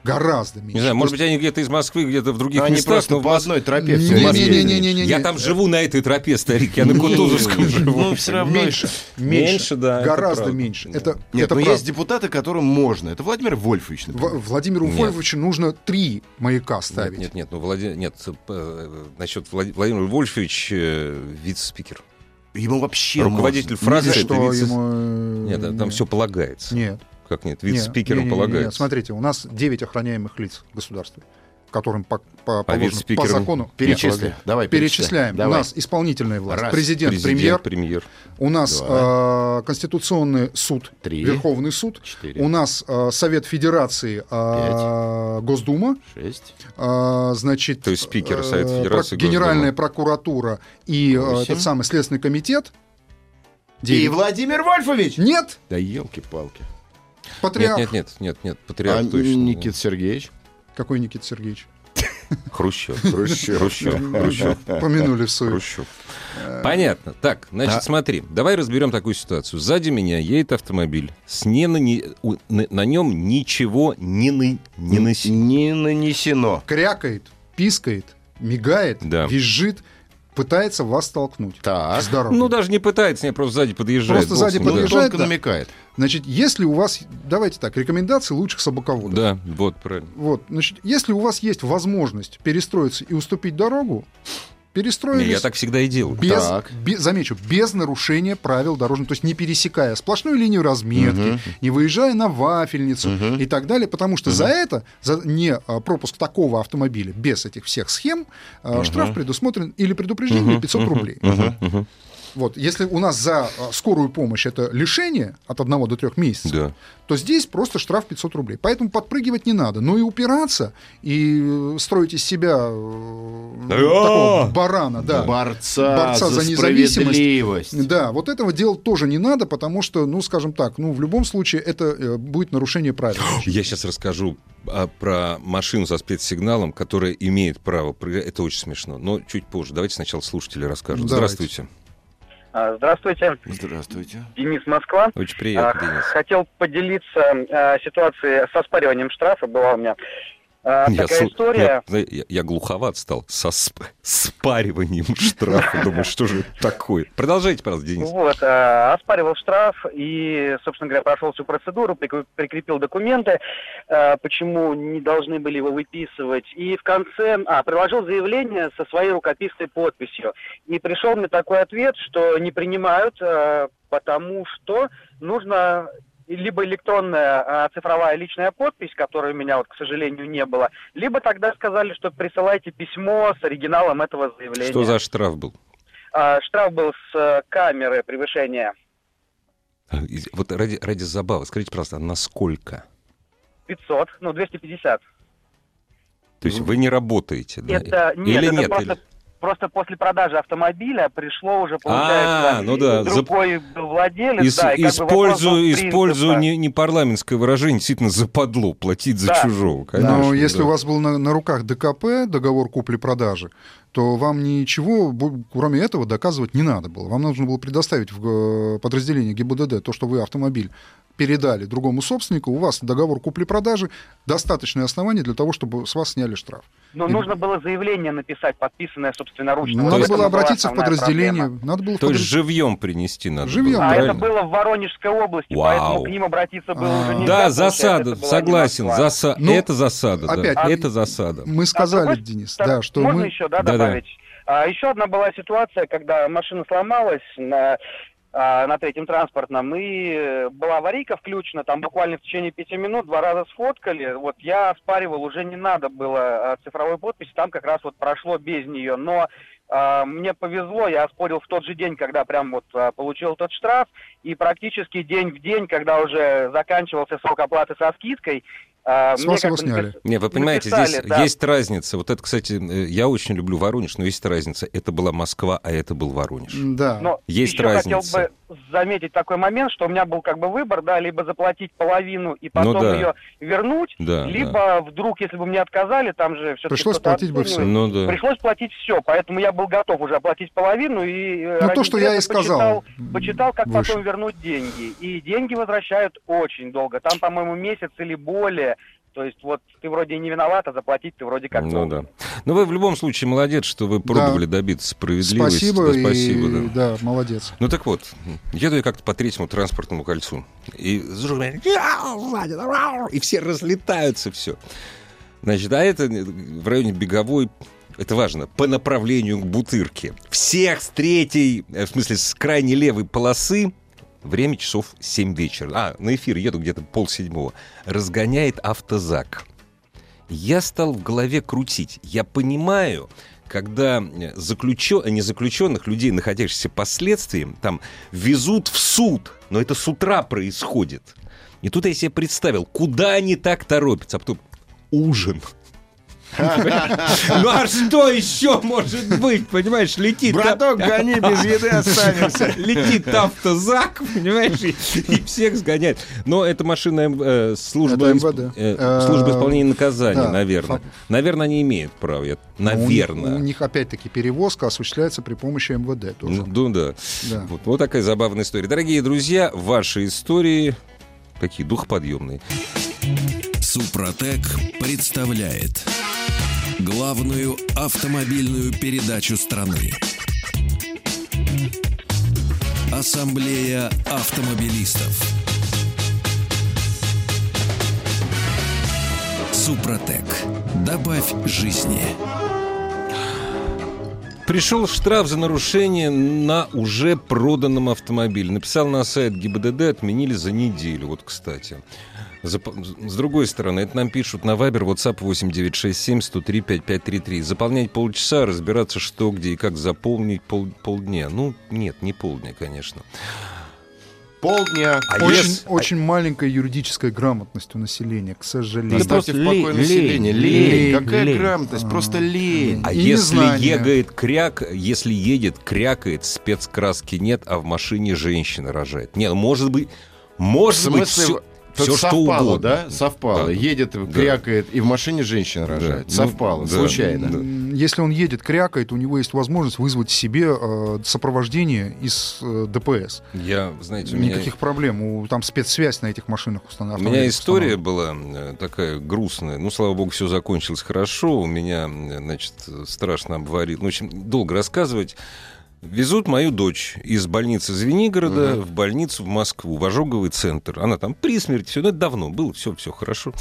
Speaker 3: Гораздо меньше.
Speaker 1: Не знаю,
Speaker 3: То
Speaker 1: может
Speaker 3: есть-
Speaker 1: быть, они где-то из Москвы, где-то в других
Speaker 2: Они
Speaker 1: местах.
Speaker 2: просто
Speaker 1: Но в
Speaker 2: по
Speaker 1: Мос-
Speaker 2: одной тропе
Speaker 3: Не-
Speaker 2: всё
Speaker 3: не-
Speaker 2: время
Speaker 3: не-
Speaker 2: ездят.
Speaker 3: не- не- не-
Speaker 1: Я
Speaker 3: не.
Speaker 1: там живу на этой тропе, старик, я на Кутузовском живу.
Speaker 2: Ну, все равно.
Speaker 3: меньше, меньше,
Speaker 1: Меньше, да, это
Speaker 3: гораздо
Speaker 1: правда.
Speaker 3: меньше.
Speaker 1: Да.
Speaker 3: Это,
Speaker 2: Нет,
Speaker 3: это
Speaker 2: но
Speaker 3: правда.
Speaker 2: есть депутаты, которым можно. Это Владимир Вольфович, например.
Speaker 3: В- Владимиру
Speaker 1: Нет.
Speaker 3: Вольфовичу нужно три маяка
Speaker 1: Нет,
Speaker 3: ставить.
Speaker 1: нет, нет, ну Влади- нет, э, насчет Влади- Владимир Вольфович э, вице-спикер.
Speaker 2: Ему вообще
Speaker 1: Руководитель
Speaker 2: можно.
Speaker 1: фракции.
Speaker 3: Или
Speaker 1: это
Speaker 3: что
Speaker 1: вице-
Speaker 3: ему... э,
Speaker 1: Нет, да, там все полагается.
Speaker 3: Нет.
Speaker 1: Как нет,
Speaker 3: нет,
Speaker 1: вице-спикеру
Speaker 3: не- не- не- не-
Speaker 1: полагается.
Speaker 3: нет. Смотрите, у нас 9 охраняемых лиц в государстве, которым по, по, положено- по
Speaker 1: вице-спикером
Speaker 3: закону
Speaker 2: Перечисли. Давай,
Speaker 3: перечисляем. У
Speaker 2: Давай.
Speaker 3: нас исполнительная власть,
Speaker 2: Раз.
Speaker 3: президент, премьер,
Speaker 1: Президент, премьер.
Speaker 3: у нас
Speaker 2: Два.
Speaker 3: э, Конституционный суд,
Speaker 2: Три.
Speaker 3: Верховный суд,
Speaker 2: Четыре.
Speaker 3: у нас э, Совет Федерации, э, Госдума,
Speaker 2: Шесть.
Speaker 3: а, значит,
Speaker 1: То есть спикеры Совета
Speaker 3: э,
Speaker 1: Федерации
Speaker 3: прок- Генеральная
Speaker 1: Госдумы.
Speaker 3: прокуратура и э,
Speaker 2: Восемь.
Speaker 3: этот самый Следственный комитет.
Speaker 2: И
Speaker 3: Девять.
Speaker 2: Владимир Вольфович.
Speaker 3: Нет,
Speaker 2: Да елки-палки.
Speaker 3: патриарх.
Speaker 1: Нет, нет, нет, нет, нет,
Speaker 2: А
Speaker 1: патриарх точно.
Speaker 2: Никит Сергеевич?
Speaker 3: Какой Никита Сергеевич?
Speaker 1: Хрущев.
Speaker 2: Хрущев.
Speaker 1: Хрущев. Хрущев.
Speaker 3: Помянули в суе.
Speaker 1: Хрущев. Понятно. Так, значит,
Speaker 2: А-
Speaker 1: смотри, давай разберем такую ситуацию. Сзади меня едет автомобиль. С не на, не- у- на- на нем ничего не, на- не наси-
Speaker 2: Не нанесено.
Speaker 3: Крякает, пискает, мигает,
Speaker 1: Да.
Speaker 3: визжит, пытается вас столкнуть.
Speaker 2: Так.
Speaker 3: С дороги.
Speaker 1: Ну, даже не пытается, мне просто сзади подъезжает.
Speaker 3: Просто
Speaker 1: бог
Speaker 3: сзади
Speaker 1: с ним, Ну, да.
Speaker 3: подъезжает.
Speaker 2: Тонко
Speaker 3: да.
Speaker 2: намекает.
Speaker 3: Значит, если у вас, давайте так, рекомендации лучших собаководов.
Speaker 1: Да, вот правильно.
Speaker 3: Вот, значит, если у вас есть возможность перестроиться и уступить дорогу,
Speaker 1: Не,
Speaker 3: перестроились.
Speaker 1: Я так всегда и делаю.
Speaker 3: Без,
Speaker 2: Так.
Speaker 3: бе- замечу, без нарушения правил дорожного, то есть не пересекая сплошную линию разметки, не выезжая на вафельницу и так далее, потому что за это, за не а, пропуск такого автомобиля без этих всех схем, а, штраф предусмотрен или предупреждение 500 рублей. Вот, если у нас за а, скорую помощь это лишение от 1 до 3 месяцев,
Speaker 1: Да.
Speaker 3: то здесь просто штраф 500 рублей. Поэтому подпрыгивать не надо. Но и упираться, и э, строить из себя э, такого барана, да.
Speaker 2: Борца,
Speaker 3: Борца за
Speaker 2: за
Speaker 3: независимость.
Speaker 2: справедливость.
Speaker 3: Да, вот этого делать тоже не надо, потому что, ну, скажем так, ну, в любом случае это э, будет нарушение правил.
Speaker 1: Я сейчас расскажу а, про машину со спецсигналом, которая имеет право. прыг- Это очень смешно, но чуть позже. Давайте сначала слушатели расскажут.
Speaker 3: Давайте.
Speaker 1: Здравствуйте.
Speaker 5: А, Здравствуйте,
Speaker 2: Здравствуйте.
Speaker 5: Денис Москва.
Speaker 1: Очень
Speaker 5: А,
Speaker 1: приятно, Денис.
Speaker 5: Хотел поделиться а, ситуацией со спариванием штрафа. Была у меня а,
Speaker 1: Я
Speaker 5: такая
Speaker 1: слу-
Speaker 5: история.
Speaker 1: я- я- я глуховат стал со сп- спариванием штрафа. Думаю, что же это такое? Продолжайте, пожалуйста, Денис.
Speaker 5: Вот, а, оспаривал штраф и, собственно говоря, прошел всю процедуру, прик- прикрепил документы, а, почему не должны были его выписывать. И в конце, а, приложил заявление со своей рукописной подписью. И пришел мне такой ответ, что не принимают, а, потому что нужно либо электронная а, цифровая личная подпись, которой у меня, вот, к сожалению, не было, либо тогда сказали, что присылайте письмо с оригиналом этого заявления.
Speaker 1: Что за штраф был?
Speaker 5: А, штраф был с э, камеры превышения
Speaker 1: А, из- Вот ради, ради забавы, скажите, пожалуйста, а насколько?
Speaker 5: 500, ну, 250.
Speaker 1: То есть вы не работаете, да?
Speaker 5: Ну, Это, нет,
Speaker 1: Или
Speaker 5: это
Speaker 1: нет?
Speaker 5: просто,
Speaker 1: или-
Speaker 5: просто после продажи автомобиля пришло уже, получается,
Speaker 1: А, ну да, за-
Speaker 5: другой владелец.
Speaker 1: Ис-
Speaker 5: да, и как бы вопрос был
Speaker 1: использую использую
Speaker 5: принципа.
Speaker 1: не, не парламентское выражение, действительно западло платить за
Speaker 5: Да.
Speaker 1: чужого. Конечно,
Speaker 3: Но Ну, если
Speaker 1: да.
Speaker 3: у вас был на, на руках ДКП, договор купли-продажи, то вам ничего, бо- кроме этого, доказывать не надо было. Вам нужно было предоставить в э, подразделение ГИБДД то, что вы автомобиль передали другому собственнику, у вас договор купли-продажи, достаточное основание для того, чтобы с вас сняли штраф.
Speaker 5: Но
Speaker 3: И-
Speaker 5: нужно было заявление написать, подписанное собственноручно. Вот
Speaker 3: Ну, надо
Speaker 5: это
Speaker 3: было
Speaker 5: была
Speaker 3: обратиться в
Speaker 5: основная
Speaker 3: подразделение.
Speaker 5: проблема.
Speaker 3: Надо было в
Speaker 1: То есть
Speaker 3: подраз-
Speaker 1: живьем принести надо. было,
Speaker 3: Живьем,
Speaker 5: А
Speaker 1: правильно?
Speaker 5: это было в Воронежской области,
Speaker 1: Вау.
Speaker 5: поэтому к ним обратиться было уже
Speaker 3: А.
Speaker 5: нельзя.
Speaker 1: Да,
Speaker 5: получается,
Speaker 1: засада,
Speaker 5: это была не
Speaker 1: согласен,
Speaker 5: Москва.
Speaker 1: заса-
Speaker 3: Ну,
Speaker 1: это засада, да,
Speaker 3: опять-
Speaker 1: это засада.
Speaker 3: Мы
Speaker 5: А с
Speaker 3: сказали,
Speaker 5: другой
Speaker 3: Денис,
Speaker 5: стороны,
Speaker 3: да, что
Speaker 5: можно
Speaker 3: мы...
Speaker 5: еще, да,
Speaker 1: Да-да.
Speaker 5: добавить? А, еще одна была ситуация, когда машина сломалась на, а, на третьем транспортном, и э, была аварийка включена, там буквально в течение пяти минут два раза сфоткали. Вот я спаривал, уже не надо было а, цифровой подписи, там как раз вот прошло без нее. Но а, мне повезло, я спорил в тот же день, когда прям вот а, получил этот штраф, и практически день в день, когда уже заканчивался срок оплаты со скидкой, а,
Speaker 3: С
Speaker 5: мне
Speaker 3: вас
Speaker 5: как
Speaker 3: его
Speaker 5: бы
Speaker 3: сняли.
Speaker 5: напис-
Speaker 1: Не, вы понимаете,
Speaker 5: написали,
Speaker 1: здесь
Speaker 5: да.
Speaker 1: есть разница. Вот это, кстати, э, я очень люблю Воронеж, но есть разница. Это была Москва, а это был Воронеж.
Speaker 3: Да.
Speaker 5: Но
Speaker 1: Есть
Speaker 5: еще хотел
Speaker 1: разница.
Speaker 5: бы заметить такой момент, что у меня был как бы выбор, да, либо заплатить половину и потом
Speaker 1: Ну да.
Speaker 5: ее вернуть,
Speaker 1: Да,
Speaker 5: либо
Speaker 1: да.
Speaker 5: вдруг, если бы мне отказали, там же все
Speaker 3: Пришлось платить бы всё.
Speaker 1: Ну да.
Speaker 5: Пришлось платить все, поэтому я был готов уже оплатить половину и э,
Speaker 3: Ну,
Speaker 5: ради
Speaker 3: то, что я и
Speaker 5: интереса
Speaker 3: сказал.
Speaker 5: почитал, почитал, как
Speaker 3: выше.
Speaker 5: потом вернуть деньги. И деньги возвращают очень долго. Там, по-моему, месяц или более. То есть вот ты вроде и не виноват, а заплатить ты вроде как
Speaker 1: Ну
Speaker 5: должен.
Speaker 1: да. Но вы в любом случае молодец, что вы пробовали добиться справедливости.
Speaker 3: Спасибо,
Speaker 1: Да, спасибо, да.
Speaker 3: и, да. молодец.
Speaker 1: Ну так вот, еду я как-то по третьему транспортному кольцу. И, с другой стороны, «Ау, Владя, ау!» и все разлетаются, все. Значит, а это в районе беговой, это важно, по направлению к бутырке. Всех с третьей, э, в смысле, с крайне левой полосы, время часов 7 вечера. А, на эфир еду где-то полседьмого. Разгоняет автозак. Я стал в голове крутить. Я понимаю, когда э, заключё- э, не заключенных людей, находящихся по следствиям, там везут в суд, но это с утра происходит. И тут я себе представил, куда они так торопятся, а потом ужин. Ну а что еще может быть, понимаешь, летит...
Speaker 2: Браток,
Speaker 1: а-
Speaker 2: гони, без еды останемся.
Speaker 1: Летит автозак, понимаешь, и, и всех сгоняет. Но это машина э, служба,
Speaker 3: Это
Speaker 1: исп-
Speaker 3: МВД.
Speaker 1: э, служба
Speaker 3: Э,
Speaker 1: исполнения наказания,
Speaker 3: да.
Speaker 1: наверное.
Speaker 3: Фак-
Speaker 1: Наверное, они имеют право. я-
Speaker 3: У, них- у
Speaker 1: Наверное.
Speaker 3: них опять-таки перевозка осуществляется при помощи МВД тоже.
Speaker 1: Ну, ну да.
Speaker 3: Да.
Speaker 1: Вот, вот такая забавная история. Дорогие друзья, ваши истории такие духоподъемные.
Speaker 6: Супротек представляет главную автомобильную передачу страны. Ассамблея автомобилистов. Супротек. Добавь жизни.
Speaker 1: Пришел штраф за нарушение на уже проданном автомобиле. Написал на сайт ГИБДД, отменили за неделю. Вот, кстати. Зап- С другой стороны, это нам пишут на Viber, WhatsApp 8967 103 5533. Заполнять полчаса, разбираться, что, где и как заполнить пол- полдня. Ну, нет, не полдня, конечно.
Speaker 2: Полдня.
Speaker 1: А
Speaker 3: Очень,
Speaker 1: если-
Speaker 3: очень маленькая юридическая грамотность у населения, к сожалению.
Speaker 1: Да
Speaker 2: Оставьте
Speaker 1: просто
Speaker 2: в покое
Speaker 1: лень,
Speaker 2: население.
Speaker 1: лень,
Speaker 2: Лень.
Speaker 1: лень,
Speaker 2: Какая
Speaker 1: лень.
Speaker 2: грамотность, просто лень.
Speaker 1: А
Speaker 3: И
Speaker 1: если
Speaker 3: незнание.
Speaker 1: егает кряк, если едет, крякает, спецкраски нет, а в машине женщина рожает. Нет, может быть, может быть, все,
Speaker 2: тут
Speaker 1: что
Speaker 2: совпало,
Speaker 1: угодно.
Speaker 2: да? Совпало.
Speaker 1: Да.
Speaker 2: Едет, крякает, и в машине женщина рожает.
Speaker 1: Ну,
Speaker 2: Совпало,
Speaker 1: да.
Speaker 2: случайно.
Speaker 1: Да.
Speaker 3: М, Если он едет, крякает, у него есть возможность вызвать себе э, сопровождение из э, ДПС.
Speaker 1: Я, знаете, у меня,
Speaker 3: Никаких проблем. У, там спецсвязь на этих машинах
Speaker 1: у
Speaker 3: установ-
Speaker 1: меня
Speaker 3: автомобилях
Speaker 1: история
Speaker 3: установлена.
Speaker 1: была э, такая грустная. Ну, слава богу, все закончилось хорошо. У меня, э, значит, э, страшно обварил. Ну, в общем, долго рассказывать. Везут мою дочь из больницы Звенигорода в больницу в Москву, в ожоговый центр. Она там при смерти, все, это давно было, все, все хорошо.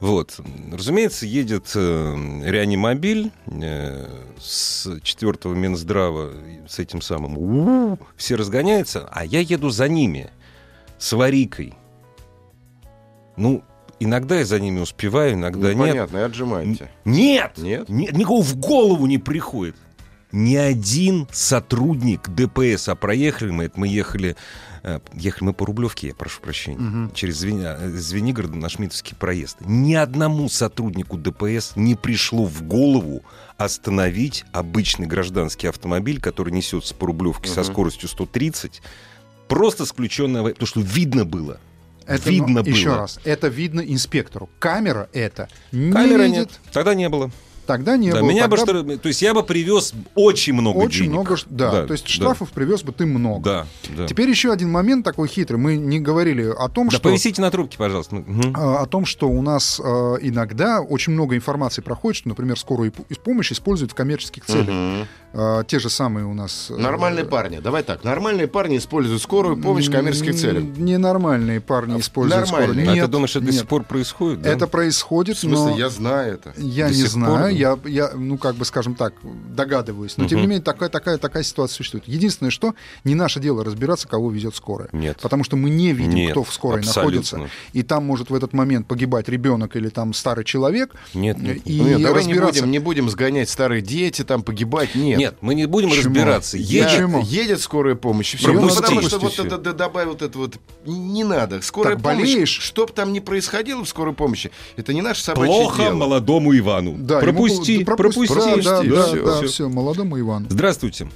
Speaker 1: Вот. Разумеется, едет э, реанимобиль э, с 4 Минздрава, и с этим самым. «У-у-у», Все разгоняются, а я еду за ними, с варикой. Ну, иногда я за ними успеваю, иногда
Speaker 2: Ну,
Speaker 1: нет.
Speaker 2: Понятно, и отжимаете.
Speaker 1: Нет!
Speaker 2: Нет?
Speaker 1: никого в голову не приходит. Ни один сотрудник ДПС, а проехали мы, это мы ехали, э, ехали мы по Рублевке, я прошу прощения, через Звени- э, Звенигород на Шмитовский проезд. Ни одному сотруднику ДПС не пришло в голову остановить обычный гражданский автомобиль, который несется по Рублевке со скоростью 130, просто сключенная, потому что видно было.
Speaker 3: Это,
Speaker 1: видно
Speaker 3: ну, Еще
Speaker 1: было.
Speaker 3: раз. Это видно инспектору. Камера это не
Speaker 1: Камеры
Speaker 3: видит.
Speaker 1: нет. Тогда не было.
Speaker 3: Тогда не
Speaker 1: Да,
Speaker 3: было.
Speaker 1: меня бы
Speaker 3: Тогда
Speaker 1: штраф- То есть я бы привез очень много
Speaker 3: очень
Speaker 1: денег.
Speaker 3: много... ш- Да,
Speaker 1: Да,
Speaker 3: то есть
Speaker 1: да.
Speaker 3: штрафов привез бы ты много.
Speaker 1: Да, да.
Speaker 3: Теперь еще один момент такой хитрый. Мы не говорили о том,
Speaker 1: Да
Speaker 3: что...
Speaker 1: повисите на трубке, пожалуйста. Ну, Мгм.
Speaker 3: а, о том, что у нас э, иногда очень много информации проходит, что, например, скорую пу- помощь используют в коммерческих целях. Э, те же самые у нас... э,
Speaker 2: Нормальные парни. Давай так. Нормальные парни используют скорую помощь в коммерческих
Speaker 3: м,
Speaker 2: целях.
Speaker 3: Ненормальные парни используют скорую.
Speaker 2: нормальные.
Speaker 1: а
Speaker 3: Нет,
Speaker 1: ты думаешь, это до
Speaker 3: нет.
Speaker 1: сих пор происходит? да?
Speaker 3: Это происходит,
Speaker 2: В смысле,
Speaker 3: но...
Speaker 2: я знаю это.
Speaker 3: Я
Speaker 1: До
Speaker 3: не
Speaker 1: сих пор, да?
Speaker 3: знаю, я, я, ну, как бы, скажем так, догадываюсь. Но, тем не менее, такая, такая, такая ситуация существует. Единственное, что не наше дело разбираться, кого везет скорая.
Speaker 1: Нет.
Speaker 3: Потому что мы не видим,
Speaker 1: Нет,
Speaker 3: кто в скорой
Speaker 1: абсолютно.
Speaker 3: находится. И там может в этот момент погибать ребенок или там старый человек.
Speaker 1: Нет, нет.
Speaker 3: И
Speaker 2: Ну, нет, давай не
Speaker 3: разбираться.
Speaker 2: будем, не будем сгонять старые дети, там погибать. Нет.
Speaker 1: Нет. мы не будем
Speaker 3: Почему?
Speaker 1: разбираться.
Speaker 3: Я-
Speaker 1: Едет-
Speaker 3: Почему?
Speaker 2: Едет скорая помощь. и всё.
Speaker 1: Пропусти.
Speaker 2: Ну, потому что вот
Speaker 1: Пропусти
Speaker 2: это
Speaker 1: всё.
Speaker 2: д- добавил вот это вот. Не надо. Скорая
Speaker 3: Так
Speaker 2: помощь,
Speaker 3: болеешь?
Speaker 2: что бы там ни происходило в скорой помощи, это не наше собачье
Speaker 1: Плохо
Speaker 2: дело.
Speaker 1: молодому Ивану.
Speaker 3: Да, ему
Speaker 1: пропусти,
Speaker 3: было- да,
Speaker 1: пропусти,
Speaker 3: Да,
Speaker 2: пропусти,
Speaker 3: да, да,
Speaker 1: всё,
Speaker 3: да,
Speaker 1: всё.
Speaker 3: все, молодому Ивану.
Speaker 1: Здравствуйте.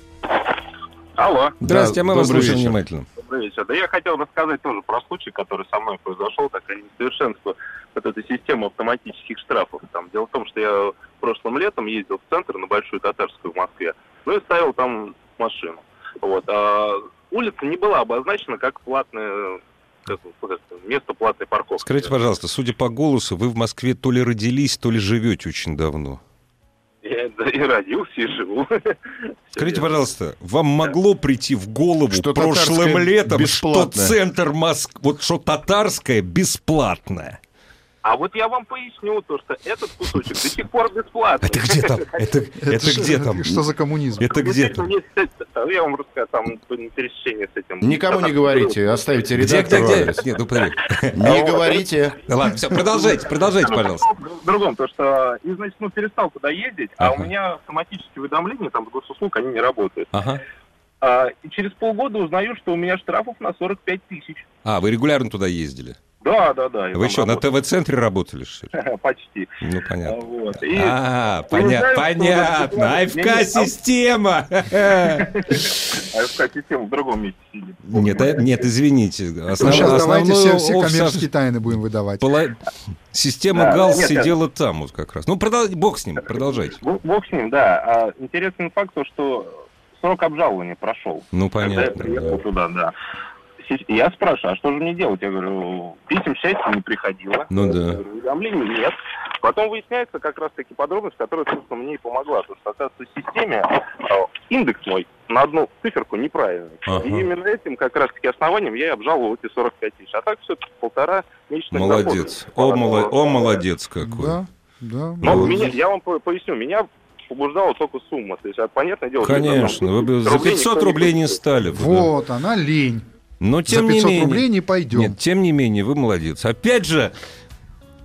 Speaker 4: Алло.
Speaker 1: Здравствуйте, а мы вас
Speaker 2: добрый
Speaker 1: слушаем
Speaker 2: вечер.
Speaker 1: внимательно.
Speaker 7: Добрый вечер. Да я хотел рассказать тоже ну, про случай, который со мной произошел, так о несовершенство вот этой системы автоматических штрафов. Там, дело в том, что я прошлым летом ездил в центр на Большую Татарскую в Москве, ну и ставил там машину. Вот. А улица не была обозначена как платная как- как это, место платной парковки.
Speaker 1: Скажите, пожалуйста, судя по голосу, вы в Москве то ли родились, то ли живете очень давно.
Speaker 7: Я да, и родился, и живу. Э,
Speaker 1: Скажите, пожалуйста, вам могло прийти в голову
Speaker 2: Что
Speaker 1: прошлым
Speaker 2: татарское
Speaker 1: летом,
Speaker 2: бесплатное?
Speaker 1: что центр Москвы, вот что татарское бесплатное?
Speaker 7: А вот я вам поясню то, что этот кусочек до сих пор бесплатный.
Speaker 1: Это где там? Это, это
Speaker 3: ж-
Speaker 1: где там?
Speaker 3: Что за коммунизм? Ну,
Speaker 1: Это где
Speaker 7: Действительно,
Speaker 1: там?
Speaker 7: есть, э, Я вам расскажу, там на пересечении с этим.
Speaker 2: Никому не говорите, оставите
Speaker 1: Где, где,
Speaker 2: редактору
Speaker 1: где?
Speaker 2: адрес.
Speaker 1: Нет, ну подожди.
Speaker 2: Не говорите.
Speaker 1: Ладно, все, продолжайте, продолжайте, пожалуйста.
Speaker 7: В другом, то что, и, значит, ну, перестал туда ездить, а у
Speaker 1: Ага.
Speaker 7: меня автоматические уведомления, там, с госуслуг, они не работают.
Speaker 1: Ага.
Speaker 7: А, и через полгода узнаю, что у меня штрафов на 45 тысяч.
Speaker 1: А, вы регулярно туда ездили?
Speaker 7: Да, да, да. я
Speaker 1: Вы
Speaker 7: там
Speaker 1: что, на
Speaker 7: работал.
Speaker 1: ТВ-центре работали, что ли?
Speaker 7: Почти.
Speaker 1: Ну,
Speaker 7: А,
Speaker 1: понятно.
Speaker 7: Вот. И
Speaker 1: А,
Speaker 7: Ну, не
Speaker 1: понятно,
Speaker 7: знаю, что у
Speaker 1: понятно.
Speaker 7: нас бесплатно.
Speaker 1: АФК-система.
Speaker 7: АФК-система в другом месте сидит.
Speaker 1: Нет, э, нет, извините.
Speaker 3: Ну,
Speaker 1: Основ-
Speaker 3: Сейчас давайте все,
Speaker 1: основную
Speaker 3: все
Speaker 1: офс-
Speaker 3: коммерческие тайны будем выдавать.
Speaker 1: пола- Система
Speaker 7: Да,
Speaker 1: ГАЛС
Speaker 7: нет,
Speaker 1: сидела там вот как раз. Ну, продол- бог с ним, продолжайте.
Speaker 7: В, в общем, да. а, интересный факт то, что срок обжалования прошел.
Speaker 1: Ну,
Speaker 7: Когда я
Speaker 1: понятно.
Speaker 7: приехал
Speaker 1: да.
Speaker 7: туда, да. Си- Я спрашиваю, а что же мне делать? Я говорю, писем счастья не приходило.
Speaker 1: Ну да.
Speaker 7: Э, Уведомлений нет. Потом выясняется как раз-таки подробность, которая, собственно, мне и помогла. Потому что, оказывается, в системе э, индекс мой на одну циферку неправильный.
Speaker 1: Ага.
Speaker 7: И именно этим как раз-таки основанием я и обжаловал эти 45 тысяч. А так все полтора месячных
Speaker 1: Молодец.
Speaker 7: дохода.
Speaker 1: О, моло- о, молодец какой.
Speaker 3: Да, да.
Speaker 7: Но
Speaker 1: Ну,
Speaker 7: А меня- я вам по- поясню, меня побуждала только сумма. То есть, а, понятное дело... что
Speaker 1: Конечно,
Speaker 7: там
Speaker 1: вы бы за
Speaker 7: рублей
Speaker 1: 500
Speaker 7: никто не
Speaker 1: рублей не
Speaker 7: купит.
Speaker 1: стали. бы, да.
Speaker 3: Вот она, лень.
Speaker 1: Но тем
Speaker 3: За 500
Speaker 1: не менее.
Speaker 3: рублей не пойдем.
Speaker 1: Нет, тем не менее, вы молодец. Опять же,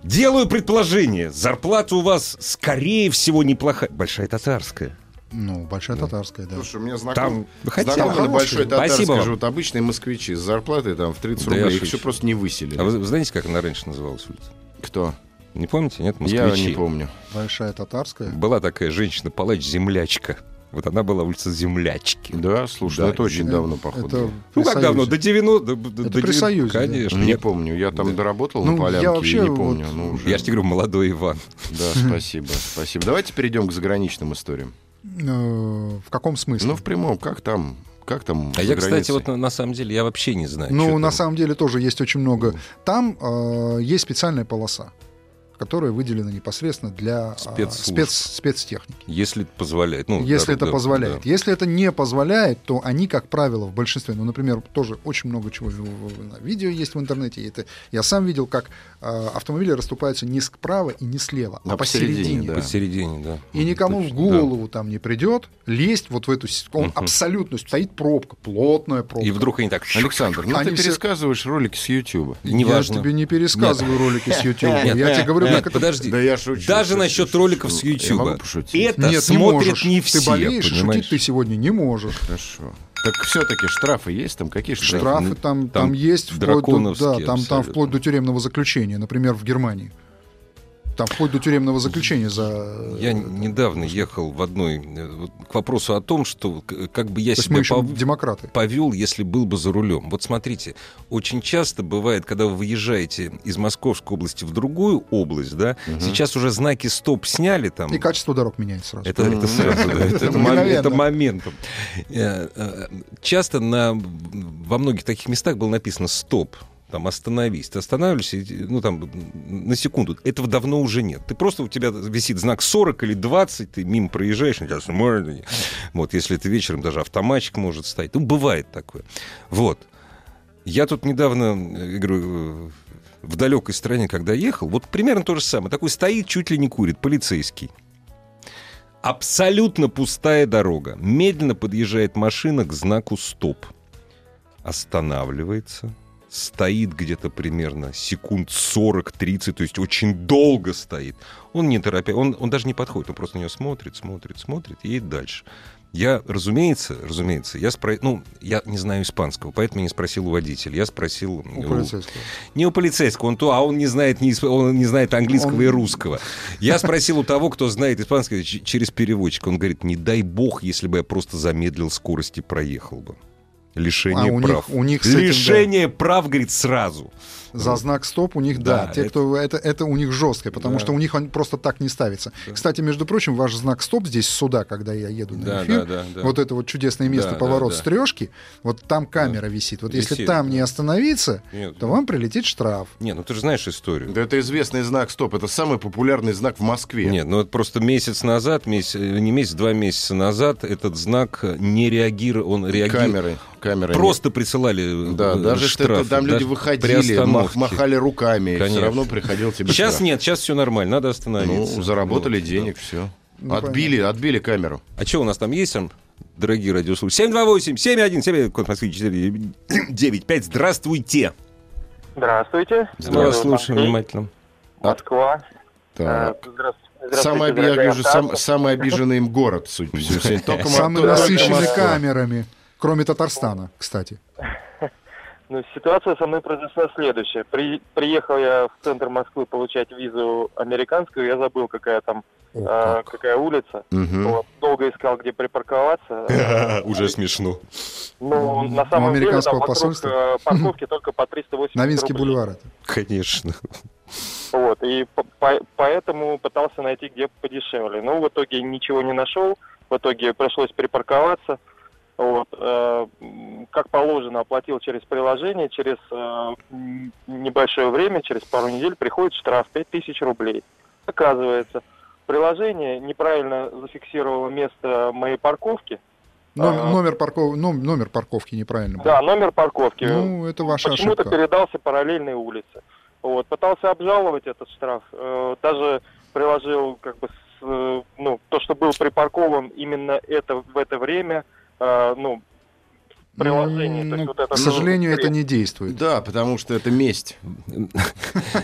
Speaker 1: делаю предположение. Зарплата у вас, скорее всего, неплохая. Большая татарская.
Speaker 3: Ну, большая татарская, да.
Speaker 2: э, Слушай, у меня знаком...
Speaker 1: Там хотя бы
Speaker 2: знакомые на
Speaker 1: хорошая.
Speaker 2: Большой Татарской
Speaker 1: Спасибо вам.
Speaker 2: живут обычные москвичи с зарплатой там в 30
Speaker 1: Да я
Speaker 2: рублей. Их
Speaker 1: шучу.
Speaker 2: еще просто не выселили.
Speaker 1: А вы, вы знаете, как она раньше называлась улица?
Speaker 2: Кто?
Speaker 1: Не помните, нет?
Speaker 2: Я
Speaker 1: Москвичи.
Speaker 2: не помню.
Speaker 3: Большая татарская.
Speaker 1: Была такая женщина-палач-землячка. Вот она была улица Землячки.
Speaker 2: Да, слушай,
Speaker 1: Да.
Speaker 2: это очень давно, походу.
Speaker 3: Э, Это
Speaker 1: Ну,
Speaker 3: при
Speaker 1: как давно?
Speaker 3: Союзе.
Speaker 1: До 90... до- до-
Speaker 3: Это
Speaker 1: до
Speaker 3: при
Speaker 1: 90
Speaker 3: Союзе, да.
Speaker 1: Конечно.
Speaker 2: Не
Speaker 1: Я-
Speaker 2: помню, я там
Speaker 1: Да.
Speaker 2: доработал
Speaker 3: Ну,
Speaker 2: на
Speaker 3: я
Speaker 2: Полянке,
Speaker 3: вообще
Speaker 2: не помню.
Speaker 3: вот-
Speaker 2: ну, уже.
Speaker 1: Я же тебе говорю, молодой Иван.
Speaker 2: Да, спасибо, спасибо. Давайте перейдем к заграничным историям.
Speaker 3: Э, В каком смысле?
Speaker 2: Ну, в прямом, как там, как там
Speaker 1: А
Speaker 2: за
Speaker 1: я, кстати,
Speaker 2: границей?
Speaker 1: вот на, на самом деле, я вообще не знаю.
Speaker 3: Ну,
Speaker 1: чё
Speaker 3: на
Speaker 1: там. Ну.
Speaker 3: самом деле тоже есть очень много. Там э, есть специальная полоса, которая выделена непосредственно для э,
Speaker 1: Спецслужб.
Speaker 3: спец, спецтехники.
Speaker 1: Если позволяет. Ну,
Speaker 3: Если
Speaker 1: да,
Speaker 3: это
Speaker 1: да,
Speaker 3: позволяет.
Speaker 1: да.
Speaker 3: Если это не позволяет, то они, как правило, в большинстве, ну, например, тоже очень много чего на видео есть в интернете. и это я сам видел, как э, автомобили расступаются не справа и не слева, а,
Speaker 2: А посередине,
Speaker 3: посередине.
Speaker 2: да.
Speaker 1: Посередине, да. Ну,
Speaker 3: И никому
Speaker 1: Точно,
Speaker 3: в голову там не придет лезть вот в эту... с- Он абсолютно стоит пробка, плотная
Speaker 1: да.
Speaker 3: пробка.
Speaker 1: И вдруг они так...
Speaker 2: Александр, ну
Speaker 3: Они
Speaker 2: ты
Speaker 3: все-
Speaker 2: пересказываешь ролики с Ютуба.
Speaker 1: Неважно.
Speaker 3: Я же тебе не пересказываю ролики с YouTube.
Speaker 1: Нет,
Speaker 3: я тебе говорю,
Speaker 1: нет,
Speaker 3: как это
Speaker 1: подожди.
Speaker 2: Да я шучу.
Speaker 1: Даже
Speaker 2: шучу,
Speaker 1: насчет
Speaker 2: шучу.
Speaker 1: роликов с
Speaker 2: Я
Speaker 1: Ютуба.
Speaker 2: могу пошутить?
Speaker 1: Это
Speaker 3: Нет, не
Speaker 1: смотрят
Speaker 3: можешь.
Speaker 1: не все.
Speaker 3: Ты болеешь, и
Speaker 1: понимаешь?
Speaker 3: шутить ты сегодня не можешь.
Speaker 2: Хорошо. Так все-таки штрафы есть там? Какие штрафы?
Speaker 3: Штрафы там, там,
Speaker 1: там
Speaker 3: есть, вплоть до, да,
Speaker 1: драконовские
Speaker 3: там, там
Speaker 1: абсолютно.
Speaker 3: вплоть до тюремного заключения, например, в Германии. Там вплоть до тюремного заключения за...
Speaker 1: Я недавно ехал в одной... э, вот К вопросу о том, что к- как бы я
Speaker 3: То есть
Speaker 1: себя
Speaker 3: мы еще
Speaker 1: пов-
Speaker 3: демократы.
Speaker 1: повел, если был бы за рулем. Вот смотрите, очень часто бывает, когда вы выезжаете из Московской области в другую область, да, сейчас уже знаки стоп сняли там.
Speaker 3: И качество дорог меняется сразу.
Speaker 1: Это, это сразу, да, это, это мом-
Speaker 3: Мгновенно.
Speaker 1: это моментом. Э, э, Часто на, во многих таких местах было написано «стоп», там «остановись». Ты останавливаешься, и, ну, там, на секунду. Этого давно уже нет. Ты просто, у тебя висит знак 40 или 20, ты мимо проезжаешь, на тебя смотрят. Вот, если это вечером, даже автоматчик может стоять. Ну, бывает такое. Вот. Я тут недавно, э, я говорю, э, в далекой стране, когда ехал, вот примерно то же самое. Такой стоит, чуть ли не курит, полицейский. Абсолютно пустая дорога. Медленно подъезжает машина к знаку «Стоп». Останавливается. Стоит где-то примерно секунд 40-30, то есть очень долго стоит. Он не торопя, он, он даже не подходит, он просто на нее смотрит, смотрит, смотрит и едет дальше. Я, разумеется, разумеется, я спро... ну, я не знаю испанского, поэтому я не спросил у водителя, я спросил
Speaker 3: У полицейского.
Speaker 1: не у полицейского, он то, а он не знает, ни исп- он не знает английского
Speaker 3: Он-
Speaker 1: и русского. Я спросил у того, кто знает испанский ч- через переводчик. Он говорит, не дай бог, если бы я просто замедлил скорость и проехал бы. лишение
Speaker 3: А у них-
Speaker 1: прав.
Speaker 3: у них с этим, да.
Speaker 1: лишение прав, говорит, сразу.
Speaker 3: За знак стоп у них, да,
Speaker 1: Да,
Speaker 3: те,
Speaker 1: это-
Speaker 3: кто это, это у них жесткое, потому
Speaker 1: Да.
Speaker 3: что у них он просто так не ставится. Кстати, между прочим, ваш знак стоп здесь с суда, когда я еду на
Speaker 1: Да,
Speaker 3: эфир,
Speaker 1: да, да, да.
Speaker 3: вот это вот чудесное место
Speaker 1: Да, да,
Speaker 3: поворот
Speaker 1: да.
Speaker 3: с трешки, вот там камера висит. Вот если
Speaker 1: Висит,
Speaker 3: там
Speaker 1: да.
Speaker 3: не остановиться,
Speaker 1: Нет.
Speaker 3: то вам прилетит штраф.
Speaker 1: Не, ну ты же знаешь историю.
Speaker 2: Да это известный знак «Стоп». Это самый популярный знак в Москве.
Speaker 1: Нет, ну это просто месяц назад, месяц, э, не месяц, два месяца назад этот знак э, не реагировал, он реагировал.
Speaker 2: Камеры. Камеры.
Speaker 1: Просто присылали э,
Speaker 2: Да,
Speaker 1: э,
Speaker 2: даже если
Speaker 1: штрафы,
Speaker 2: это там люди
Speaker 1: даже при
Speaker 2: выходили, мах-
Speaker 1: остановке.
Speaker 2: махали руками, все
Speaker 1: Конечно.
Speaker 2: равно приходил тебе
Speaker 1: Сейчас
Speaker 2: штраф.
Speaker 1: нет, сейчас все нормально, надо остановиться.
Speaker 2: Ну, заработали
Speaker 1: Вот,
Speaker 2: денег, все.
Speaker 3: Ну,
Speaker 2: отбили, отбили камеру.
Speaker 1: А что у нас там есть, Ан? дорогие радиослушатели? 728 717 код Москвы 495. Здравствуйте.
Speaker 4: Здравствуйте.
Speaker 1: Вас слушаем внимательно.
Speaker 4: Москва. Э,
Speaker 2: Так.
Speaker 4: Здравствуйте.
Speaker 2: Самый, оби- я вижу, сам- самый обиженный им город, судя по всему. Сегодня только Мос-
Speaker 3: Самый
Speaker 2: только
Speaker 3: насыщенный
Speaker 2: Москва.
Speaker 3: камерами, кроме Татарстана, кстати.
Speaker 4: Ну, ситуация со мной произошла следующая. При- приехал я в центр Москвы получать визу американскую, я забыл, какая там,
Speaker 3: О,
Speaker 4: э,
Speaker 3: как.
Speaker 4: какая улица.
Speaker 2: Мгм.
Speaker 4: Вот, долго искал, где
Speaker 3: Э,
Speaker 4: припарковаться.
Speaker 1: Уже смешно.
Speaker 4: Ну, на
Speaker 3: У
Speaker 4: самом деле,
Speaker 3: американского
Speaker 4: там вокруг
Speaker 3: посольства?
Speaker 4: э, парковки только по 380
Speaker 3: Новинский
Speaker 4: рублей.
Speaker 3: бульвар. это.
Speaker 1: Конечно.
Speaker 4: Вот, и по- по- поэтому пытался найти где подешевле. Ну, в итоге ничего не нашел, в итоге пришлось перепарковаться. Вот, э, м, как положено, оплатил через приложение, через э, м, небольшое время, через пару недель приходит штраф 5000 рублей. Оказывается, приложение неправильно зафиксировало место моей парковки.
Speaker 3: Номер,
Speaker 4: А.
Speaker 3: номер, парков- ну, номер парковки неправильно. был.
Speaker 4: Да, номер парковки.
Speaker 3: Ну, это ваша
Speaker 4: Почему-то
Speaker 3: ошибка.
Speaker 4: передался параллельной улице. Вот, пытался обжаловать этот штраф, э, даже приложил как бы с, э, ну, то, что был припаркован именно это в это время, э, ну, приложение. то есть
Speaker 3: Ну,
Speaker 4: вот это
Speaker 3: к сожалению,
Speaker 4: внутри.
Speaker 3: это не действует.
Speaker 2: Да, потому что это месть.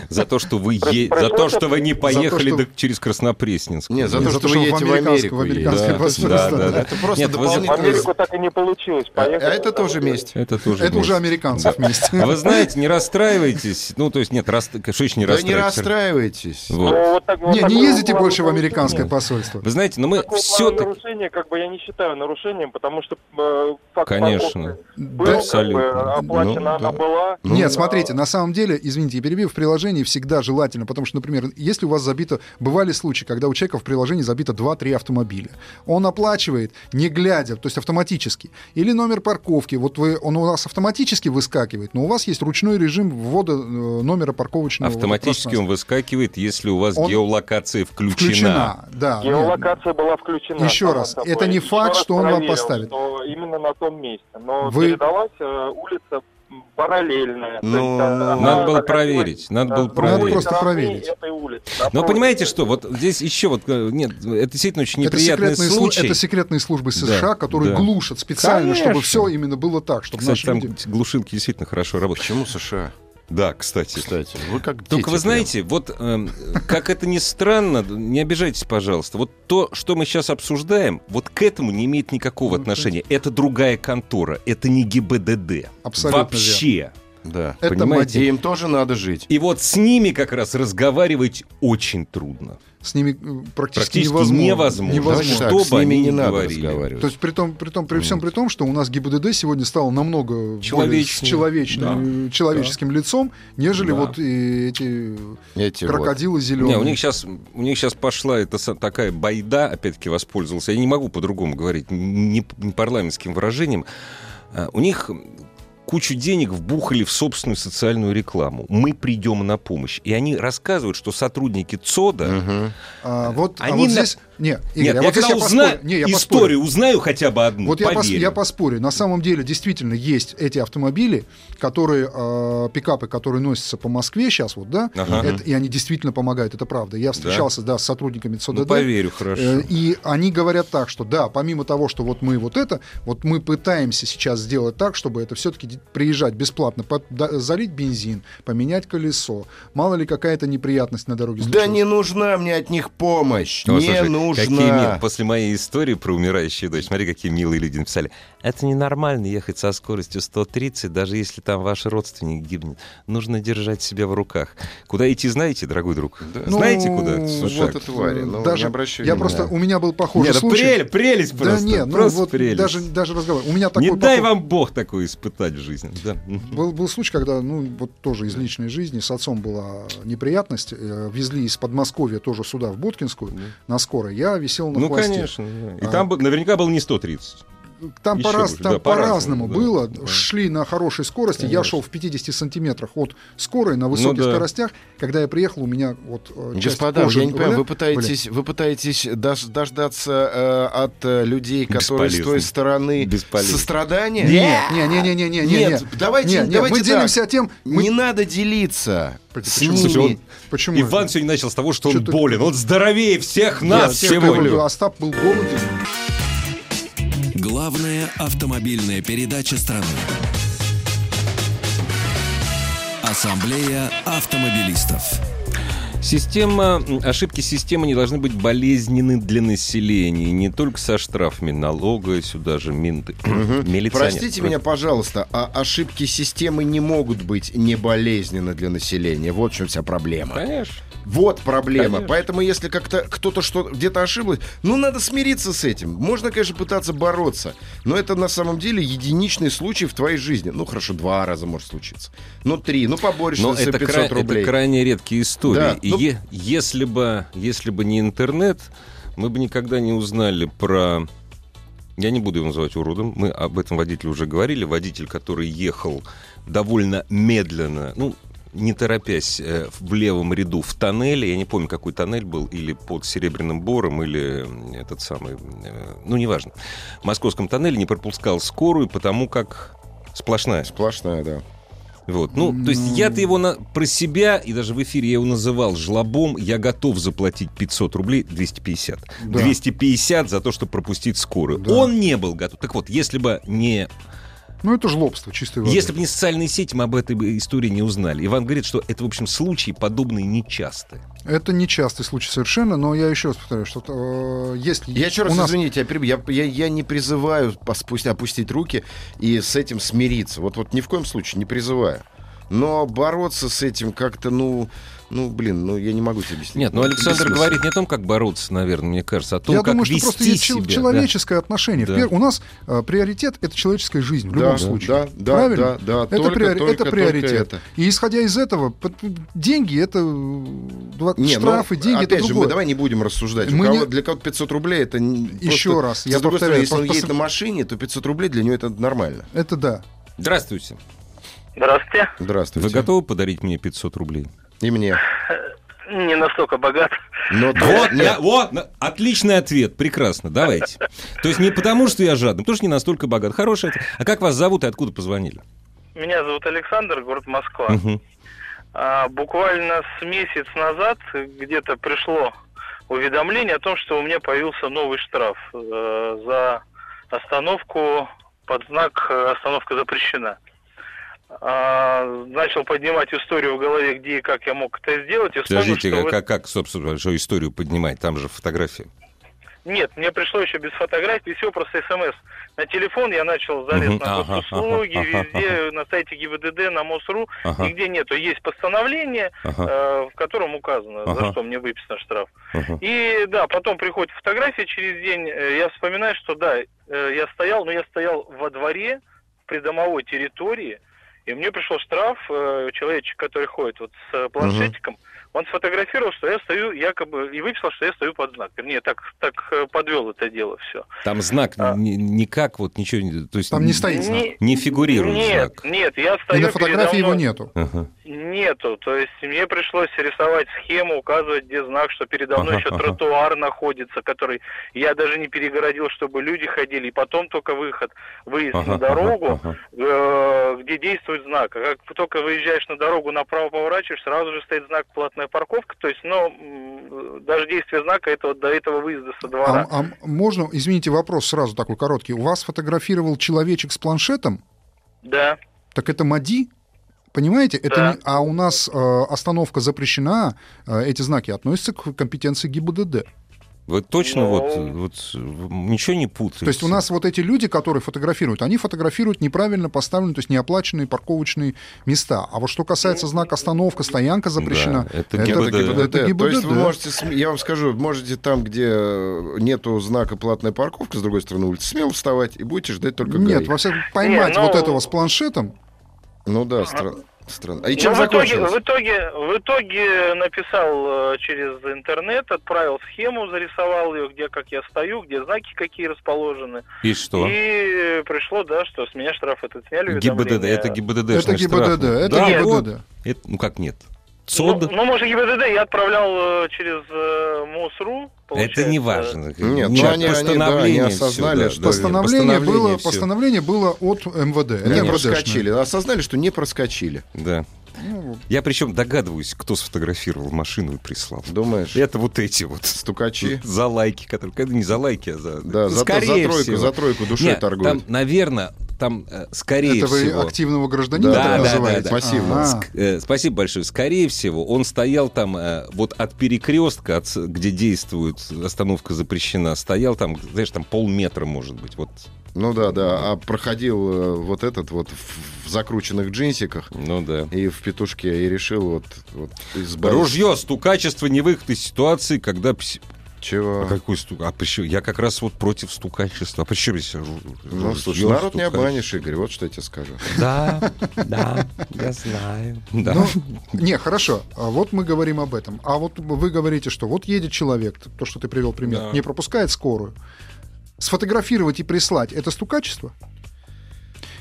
Speaker 1: За то, что вы
Speaker 4: Про-
Speaker 1: е-
Speaker 4: про
Speaker 1: за
Speaker 4: что
Speaker 1: то,
Speaker 4: это?
Speaker 1: что вы не поехали
Speaker 3: что-
Speaker 1: до- через Краснопресненск.
Speaker 2: Не, за
Speaker 3: Не,
Speaker 2: то,
Speaker 3: за
Speaker 2: что
Speaker 3: то, что
Speaker 2: вы
Speaker 3: в
Speaker 2: едете в
Speaker 3: американское-
Speaker 2: Америку.
Speaker 3: в
Speaker 2: едете.
Speaker 3: американское
Speaker 1: Да,
Speaker 3: посольство,
Speaker 1: да, да.
Speaker 2: Это просто
Speaker 1: Нет, вы за-
Speaker 4: В
Speaker 2: дополнительный
Speaker 4: Америку так и не получилось.
Speaker 2: А
Speaker 4: Поехали.
Speaker 2: это тоже месть.
Speaker 1: Это тоже
Speaker 3: Это уже
Speaker 1: месть.
Speaker 3: американцев вместе.
Speaker 1: А вы знаете, не расстраивайтесь. Ну, то есть, нет, рас... что еще не
Speaker 2: Да не
Speaker 1: расстраивайтесь?
Speaker 2: расстраивайтесь.
Speaker 4: Ну,
Speaker 1: Вот.
Speaker 4: вот так- Ну, вот
Speaker 3: Не, не
Speaker 4: такого
Speaker 3: ездите
Speaker 4: плана
Speaker 3: больше в
Speaker 4: нарушение-
Speaker 3: американское посольство.
Speaker 1: Вы знаете, но мы
Speaker 4: Такого плана
Speaker 1: все-таки...
Speaker 4: нарушения как бы я не считаю нарушением, потому что э, факт
Speaker 1: Конечно.
Speaker 4: парковки был,
Speaker 3: Да.
Speaker 4: как бы,
Speaker 1: абсолютно.
Speaker 4: оплачена
Speaker 1: Ну,
Speaker 4: она была.
Speaker 3: Нет, смотрите, на самом деле, извините, я перебью, в приложении всегда желательно, потому что, например, если у вас забито, бывали случаи, когда у человека в приложении забито 2-3 автомобиля, он оплачивает, не глядя, то есть автоматически, или номер парковки, вот вы, он у нас автоматически выскакивает, но у вас есть ручной режим ввода э, номера парковочного
Speaker 1: Автоматически он
Speaker 3: пространства.
Speaker 1: выскакивает, если у вас
Speaker 3: Ну, Он-
Speaker 1: геолокация включена.
Speaker 3: включена. Да, нет.
Speaker 4: Геолокация была включена.
Speaker 3: А, Еще
Speaker 4: само
Speaker 3: раз,
Speaker 4: собой.
Speaker 3: это не
Speaker 4: Еще
Speaker 3: факт,
Speaker 4: раз
Speaker 3: что он вам
Speaker 4: проверил,
Speaker 3: поставит.
Speaker 4: что именно на том месте. Но
Speaker 3: Вы-
Speaker 4: передалась э, улица м, параллельная. То
Speaker 2: Ну,
Speaker 4: есть, э, она
Speaker 1: Надо было
Speaker 4: находилась,
Speaker 1: проверить, надо
Speaker 4: э,
Speaker 1: было
Speaker 4: с другой
Speaker 1: проверить.
Speaker 3: Просто
Speaker 4: стороны
Speaker 3: проверить.
Speaker 4: этой улицы,
Speaker 1: Но
Speaker 4: напротив.
Speaker 1: понимаете что, вот здесь еще вот, э, нет, это действительно очень
Speaker 3: Это
Speaker 1: неприятный
Speaker 3: секретные, слу-
Speaker 1: случай.
Speaker 3: это секретные службы США,
Speaker 1: Да,
Speaker 3: которые
Speaker 1: да.
Speaker 3: глушат специально, чтобы
Speaker 1: Конечно.
Speaker 3: все именно было так, чтобы
Speaker 1: Ну, Кстати,
Speaker 3: наши
Speaker 1: там
Speaker 3: люди...
Speaker 1: глушилки действительно хорошо работают.
Speaker 2: Почему США?
Speaker 1: Да, кстати.
Speaker 2: Кстати, вы как
Speaker 1: Только
Speaker 2: дети
Speaker 1: вы
Speaker 2: прям.
Speaker 1: знаете, вот эм, как это ни странно, не обижайтесь, пожалуйста, вот то, что мы сейчас обсуждаем, вот к этому не имеет никакого
Speaker 3: Ну,
Speaker 1: отношения. Это другая контора, это не ГИБДД.
Speaker 3: Абсолютно
Speaker 1: Вообще.
Speaker 2: Да.
Speaker 3: Это
Speaker 1: понимаете?
Speaker 3: модерн.
Speaker 2: И им тоже надо жить.
Speaker 1: И вот с ними как раз разговаривать очень трудно.
Speaker 3: С ними э, практически,
Speaker 1: Практически
Speaker 3: невозможно.
Speaker 1: невозможно.
Speaker 3: Невозможно.
Speaker 1: Что
Speaker 2: Давайте так,
Speaker 1: бы
Speaker 2: с ними
Speaker 1: они
Speaker 2: не
Speaker 1: ни
Speaker 2: надо
Speaker 1: говорили.
Speaker 2: разговаривать.
Speaker 3: То есть при том, при том, при всем при том, что у нас ГИБДД сегодня стало намного более с
Speaker 1: Человечнее.
Speaker 3: человечным, э, человеческим лицом, нежели
Speaker 1: Да.
Speaker 3: вот и эти
Speaker 2: Эти вот.
Speaker 3: крокодилы зеленые.
Speaker 1: Не, у них сейчас у них сейчас пошла эта са- такая байда, опять-таки воспользовался. Я не могу по-другому говорить, не, не парламентским выражением. А, У них кучу денег вбухали в собственную социальную рекламу. Мы придем на помощь. И они рассказывают, что сотрудники ЦОДа...
Speaker 2: Мгм.
Speaker 3: А вот, а
Speaker 1: Они
Speaker 3: вот
Speaker 1: на-
Speaker 3: здесь... Не, Игорь,
Speaker 1: Нет,
Speaker 3: а
Speaker 1: я,
Speaker 3: вот здесь
Speaker 1: когда узнаю
Speaker 3: поспорю. Не, я поспорю.
Speaker 1: историю, узнаю хотя бы одну,
Speaker 3: Вот я, пос-
Speaker 1: поверю.
Speaker 3: я поспорю. На самом деле, действительно, есть эти автомобили, которые э, пикапы, которые носятся по Москве сейчас, вот, да,
Speaker 1: Ага.
Speaker 3: это- и они действительно помогают, это правда. Я встречался, да, с сотрудниками ЦОДД.
Speaker 1: Ну, поверю, хорошо.
Speaker 3: Э, И они говорят так, что да, помимо того, что вот мы вот это, вот мы пытаемся сейчас сделать так, чтобы это все-таки ди- приезжать бесплатно, под- да- залить бензин, поменять колесо, мало ли какая-то неприятность на дороге
Speaker 2: Да
Speaker 3: случилась.
Speaker 2: не нужна мне от них помощь.
Speaker 1: Ну,
Speaker 2: не
Speaker 1: слушай,
Speaker 2: нужна.
Speaker 1: Какие мил- После моей истории про умирающую дочь, смотри, какие милые люди написали. Это ненормально ехать со скоростью 130, даже если там ваш родственник гибнет. Нужно держать себя в руках. Куда идти, знаете, дорогой друг?
Speaker 3: Ну,
Speaker 1: знаете, куда?
Speaker 2: вот
Speaker 1: Слушай,
Speaker 2: это твари, ну, не обращай
Speaker 3: я
Speaker 2: внимания.
Speaker 3: просто у меня был похожий
Speaker 1: Нет, это
Speaker 3: случай.
Speaker 1: прель- прелесть
Speaker 3: Да
Speaker 1: просто,
Speaker 3: нет, ну
Speaker 1: просто
Speaker 3: вот
Speaker 1: прелесть.
Speaker 3: даже даже разговор. У меня такой
Speaker 1: не дай
Speaker 3: похож-
Speaker 1: вам Бог такое испытать в жизни. Да.
Speaker 3: Был, был случай, когда, ну, вот тоже из личной жизни, с отцом была неприятность. Э, Везли из Подмосковья тоже сюда, в Боткинскую, на скорой. Я висел на
Speaker 1: Ну,
Speaker 3: хвосте.
Speaker 1: конечно. да. И
Speaker 3: А.
Speaker 1: там бы- наверняка был не 130.
Speaker 3: Там,
Speaker 1: Еще
Speaker 3: по раз,
Speaker 1: хуже,
Speaker 3: там
Speaker 1: да,
Speaker 3: по-разному было.
Speaker 1: по-разному, да, да.
Speaker 3: Шли на хорошей скорости. Я шел в 50 сантиметрах от скорой на
Speaker 1: Ну
Speaker 3: высоких
Speaker 1: да.
Speaker 3: скоростях. Когда я приехал, у меня вот э, часть
Speaker 2: Господа,
Speaker 3: кожи
Speaker 2: я не понимаю,
Speaker 3: руля-
Speaker 2: вы пытаетесь, вы пытаетесь дож- дождаться э, от э, людей, которые
Speaker 1: Бесполезно.
Speaker 2: с той стороны
Speaker 1: Бесполезно.
Speaker 2: сострадания?
Speaker 3: Нет, нет, нет, нет, нет, нет,
Speaker 2: Нет, давайте-
Speaker 3: Нет, нет,
Speaker 2: давайте
Speaker 3: мы
Speaker 2: так.
Speaker 3: делимся тем, мы-
Speaker 2: Не надо делиться с
Speaker 3: Почему?
Speaker 1: Слушай,
Speaker 2: ними.
Speaker 1: он-
Speaker 3: Почему?
Speaker 1: Иван сегодня начал с того, что он
Speaker 3: Чё-то-
Speaker 1: болен. Он здоровее всех
Speaker 3: Я
Speaker 1: нас
Speaker 3: всех
Speaker 1: сегодня.
Speaker 3: люблю. Остап был голоден.
Speaker 6: Главная автомобильная передача страны. Ассамблея автомобилистов.
Speaker 1: Система, м, ошибки системы не должны быть болезненны для населения. Не только со штрафами налога, сюда же минты. Милиционер.
Speaker 2: Простите меня, пожалуйста, а ошибки системы не могут быть не болезненно для населения. Вот в чем вся проблема.
Speaker 1: Конечно.
Speaker 2: Вот проблема.
Speaker 1: Конечно.
Speaker 2: Поэтому если как-то кто-то что где-то ошиблась, ну надо смириться с этим. Можно, конечно, пытаться бороться, но это на самом деле единичный случай в твоей жизни. Ну хорошо, два раза может случиться. Ну три, ну поборешься
Speaker 1: Но
Speaker 2: за
Speaker 1: это,
Speaker 2: 500
Speaker 1: кра- это
Speaker 2: рублей.
Speaker 1: крайне редкие истории.
Speaker 2: Да,
Speaker 1: И
Speaker 2: ну-
Speaker 1: е- если, бы, если бы не интернет, мы бы никогда не узнали про... Я не буду его называть уродом. Мы об этом водителе уже говорили. Водитель, который ехал довольно медленно, ну, не торопясь, э, в левом ряду в тоннеле. Я не помню, какой тоннель был. Или под Серебряным Бором, или м, этот самый... э, Ну, неважно. В московском тоннеле не пропускал скорую, потому как сплошная.
Speaker 2: Сплошная, да.
Speaker 1: Вот. Ну, то есть я-то его на... про себя, и даже в эфире я его называл жлобом, я готов заплатить 500 рублей, 250.
Speaker 3: Да.
Speaker 1: 250 за то, чтобы пропустить скорую.
Speaker 3: Да.
Speaker 1: Он не был готов. Так вот, если бы не...
Speaker 3: Ну, это жлобство чистой воды.
Speaker 1: Если бы не социальные сети, мы об этой бы истории не узнали. Иван говорит, что это, в общем, случаи подобные нечасты.
Speaker 3: Это нечастый случай совершенно, но я еще раз повторяю, что э, если
Speaker 2: Я еще раз,
Speaker 3: у нас
Speaker 2: извините, я, перебью. я, я- я не призываю поспусть- опустить руки и с этим смириться. Вот, вот ни в коем случае не призываю. Но бороться с этим как-то, ну, ну, блин, ну я не могу тебе объяснить.
Speaker 1: Нет, ну Александр
Speaker 2: Бессмысленно.
Speaker 1: говорит не о том, как бороться, наверное, мне кажется, а о том,
Speaker 3: я
Speaker 1: как
Speaker 3: думаю, что
Speaker 1: вести
Speaker 3: просто есть
Speaker 1: себя.
Speaker 3: чел-
Speaker 1: да.
Speaker 3: человеческое отношение. В
Speaker 1: Да.
Speaker 3: пер- У нас э, приоритет это человеческая жизнь в
Speaker 2: Да,
Speaker 3: любом
Speaker 2: да,
Speaker 3: случае.
Speaker 2: да, да,
Speaker 3: Правильно?
Speaker 2: да, да.
Speaker 3: это,
Speaker 2: Только,
Speaker 3: приори-
Speaker 2: только,
Speaker 3: это
Speaker 2: только
Speaker 3: приоритет.
Speaker 2: это.
Speaker 3: И исходя из этого, под- деньги это э, два-
Speaker 2: Не, ну,
Speaker 3: штрафы, деньги
Speaker 2: опять
Speaker 3: это
Speaker 2: же, мы
Speaker 3: другое.
Speaker 2: давай не будем рассуждать. У
Speaker 3: Мы
Speaker 2: кого-
Speaker 3: не-
Speaker 2: Для кого-то 500 рублей это не-
Speaker 3: Еще
Speaker 2: просто-
Speaker 3: раз,
Speaker 2: С
Speaker 3: я
Speaker 2: другой стороны,
Speaker 3: повторяю,
Speaker 2: если он
Speaker 3: по- по-
Speaker 2: едет на машине, то 500 рублей для него это нормально.
Speaker 3: Это да.
Speaker 1: Здравствуйте.
Speaker 8: Здравствуйте.
Speaker 2: Здравствуйте.
Speaker 1: Вы готовы подарить мне 500 рублей?
Speaker 2: И мне.
Speaker 8: Не настолько богат.
Speaker 2: Но то-
Speaker 9: Э,
Speaker 1: Вот,
Speaker 2: нет,
Speaker 1: я- вот, на- отличный ответ, прекрасно, давайте. То есть не потому, что я жадный, потому что не настолько богат. Хороший ответ. А как вас зовут и откуда позвонили?
Speaker 9: Меня зовут Александр, город Москва.
Speaker 1: Мгм.
Speaker 9: А, буквально с месяц назад где-то пришло уведомление о том, что у меня появился новый штраф э, за остановку под знак э, «Остановка запрещена». А, начал поднимать историю в голове, где и как я мог это сделать. И вспомнил,
Speaker 1: Подождите,
Speaker 9: что
Speaker 1: а
Speaker 9: в-
Speaker 1: как, как, собственно, большую историю поднимать? Там же фотографии.
Speaker 9: Нет, мне пришло еще без фотографий, все просто смс. На телефон я начал залез
Speaker 1: Мгм,
Speaker 9: на
Speaker 1: ага,
Speaker 9: госуслуги,
Speaker 1: ага, ага,
Speaker 9: везде, на сайте ГИБДД, на МОСРУ,
Speaker 1: Ага.
Speaker 9: нигде нету. Есть постановление,
Speaker 1: Ага,
Speaker 9: э, в котором указано,
Speaker 1: Ага.
Speaker 9: за что мне выписан штраф.
Speaker 1: ага.
Speaker 9: И да, потом приходит фотография через день, э, я вспоминаю, что да, э, я стоял, но я стоял во дворе, в придомовой территории, и мне пришел штраф, э, человечек, который ходит вот с э, планшетиком, он сфотографировал, что я стою якобы, и выписал, что я стою под знак. Вернее, так, так э, подвел это дело все.
Speaker 1: Там знак
Speaker 9: а.
Speaker 1: ни- никак, вот ничего, не- то есть
Speaker 3: Там не стоит знак.
Speaker 1: не фигурирует
Speaker 9: Нет,
Speaker 1: знак.
Speaker 9: нет, я
Speaker 3: И
Speaker 9: стою
Speaker 3: на
Speaker 9: передо
Speaker 3: фотографии его
Speaker 9: мной-
Speaker 3: нету.
Speaker 1: Ага.
Speaker 9: Нету. То есть мне пришлось рисовать схему, указывать, где знак, что передо мной
Speaker 1: Ага,
Speaker 9: еще
Speaker 1: ага.
Speaker 9: тротуар находится, который я даже не перегородил, чтобы люди ходили. И потом только выход, выезд
Speaker 1: Ага,
Speaker 9: на дорогу,
Speaker 1: ага, ага.
Speaker 9: э, где действует знак. А как только выезжаешь на дорогу, направо поворачиваешь, сразу же стоит знак «платная парковка». То есть, но м, даже действие знака этого, до этого выезда со двора.
Speaker 3: А, а можно, извините, вопрос сразу такой короткий. У вас фотографировал человечек с планшетом?
Speaker 9: Да.
Speaker 3: Так это МАДИ? Понимаете, это
Speaker 9: Да.
Speaker 3: не- а у нас э, остановка запрещена, э, эти знаки относятся к компетенции ГИБДД.
Speaker 1: Вы точно
Speaker 5: Ну.
Speaker 1: вот, вот ничего не путаете?
Speaker 3: То есть у нас вот эти люди, которые фотографируют, они фотографируют неправильно поставленные, то есть неоплаченные парковочные места. А вот что касается знака остановка, стоянка запрещена,
Speaker 1: Да, это ГИБДД.
Speaker 3: ГИБДД.
Speaker 2: Это То есть вы
Speaker 3: ГИБДД.
Speaker 2: можете, см- я вам скажу, можете там, где э, нету знака платная парковка, с другой стороны улицы, смело вставать и будете ждать только
Speaker 3: Нет,
Speaker 2: ГАИ.
Speaker 3: во всяком поймать
Speaker 9: Не, ну-
Speaker 3: вот этого с планшетом,
Speaker 2: Ну да, стра- странно. А и чем
Speaker 9: Ну, в, итоге,
Speaker 2: закончилось?
Speaker 9: в, итоге, в итоге написал э, через интернет, отправил схему, зарисовал ее, где как я стою, где знаки какие расположены.
Speaker 1: И что?
Speaker 9: И пришло, да, что с меня штраф это сняли.
Speaker 1: ГИБДД,
Speaker 9: уведомление.
Speaker 1: это ГИБДД.
Speaker 3: это ГИБДД, это
Speaker 1: да,
Speaker 3: ГИБДД.
Speaker 1: вот. Это- ну как нет? ЦОД?
Speaker 9: Ну, ну, может, ГИБДД я отправлял э, через э, МОСРУ.
Speaker 1: это
Speaker 9: получается.
Speaker 1: не важно.
Speaker 2: Нет,
Speaker 1: Нет,
Speaker 2: ну, они- они, да,
Speaker 1: постановление
Speaker 2: они
Speaker 1: всё,
Speaker 2: осознали, что-
Speaker 3: Постановление, было,
Speaker 1: всё.
Speaker 3: постановление было от МВД. это
Speaker 2: Не
Speaker 3: МВДшное. Ну,
Speaker 2: проскочили. Осознали, что не проскочили.
Speaker 1: Да. Я причем догадываюсь, кто сфотографировал машину и прислал.
Speaker 2: Думаешь?
Speaker 1: Это вот эти вот
Speaker 2: Стукачи.
Speaker 1: за лайки, которые... когда Не за лайки, а за...
Speaker 2: Да, за, за
Speaker 1: Скорее
Speaker 2: тройку,
Speaker 1: всего.
Speaker 2: за тройку душой
Speaker 1: Нет,
Speaker 2: торгуют.
Speaker 1: Там, наверное, там, э, скорее
Speaker 3: Это вы
Speaker 1: всего...
Speaker 3: активного гражданина
Speaker 1: Да,
Speaker 3: так
Speaker 1: да, да,
Speaker 3: называете?
Speaker 1: да.
Speaker 2: Пассивного.
Speaker 3: Ага.
Speaker 1: Э, Спасибо большое. Скорее всего, он стоял там э, вот от перекрестка, от с- где действует остановка запрещена, стоял там, знаешь, там полметра, может быть. Вот,
Speaker 2: Ну да, да. А проходил э, вот этот вот в в закрученных джинсиках
Speaker 1: ну да.
Speaker 2: и в петушке и решил вот, вот избавиться.
Speaker 1: Ружье, стукачество не выход из ситуации, когда... пс- А
Speaker 2: Чего?
Speaker 1: какой стук? А причем? Я как раз вот против стукачества. А при чем здесь ру-
Speaker 2: Ну,
Speaker 1: ружьё,
Speaker 2: слушай, народ не
Speaker 1: стукачество?
Speaker 2: обманешь, Игорь, вот что я тебе скажу.
Speaker 1: Да, да, я знаю. Да.
Speaker 3: Ну, не, хорошо, а вот мы говорим об этом. А вот вы говорите, что вот едет человек, то, что ты привел пример,
Speaker 1: Да.
Speaker 3: не пропускает скорую. Сфотографировать и прислать это стукачество?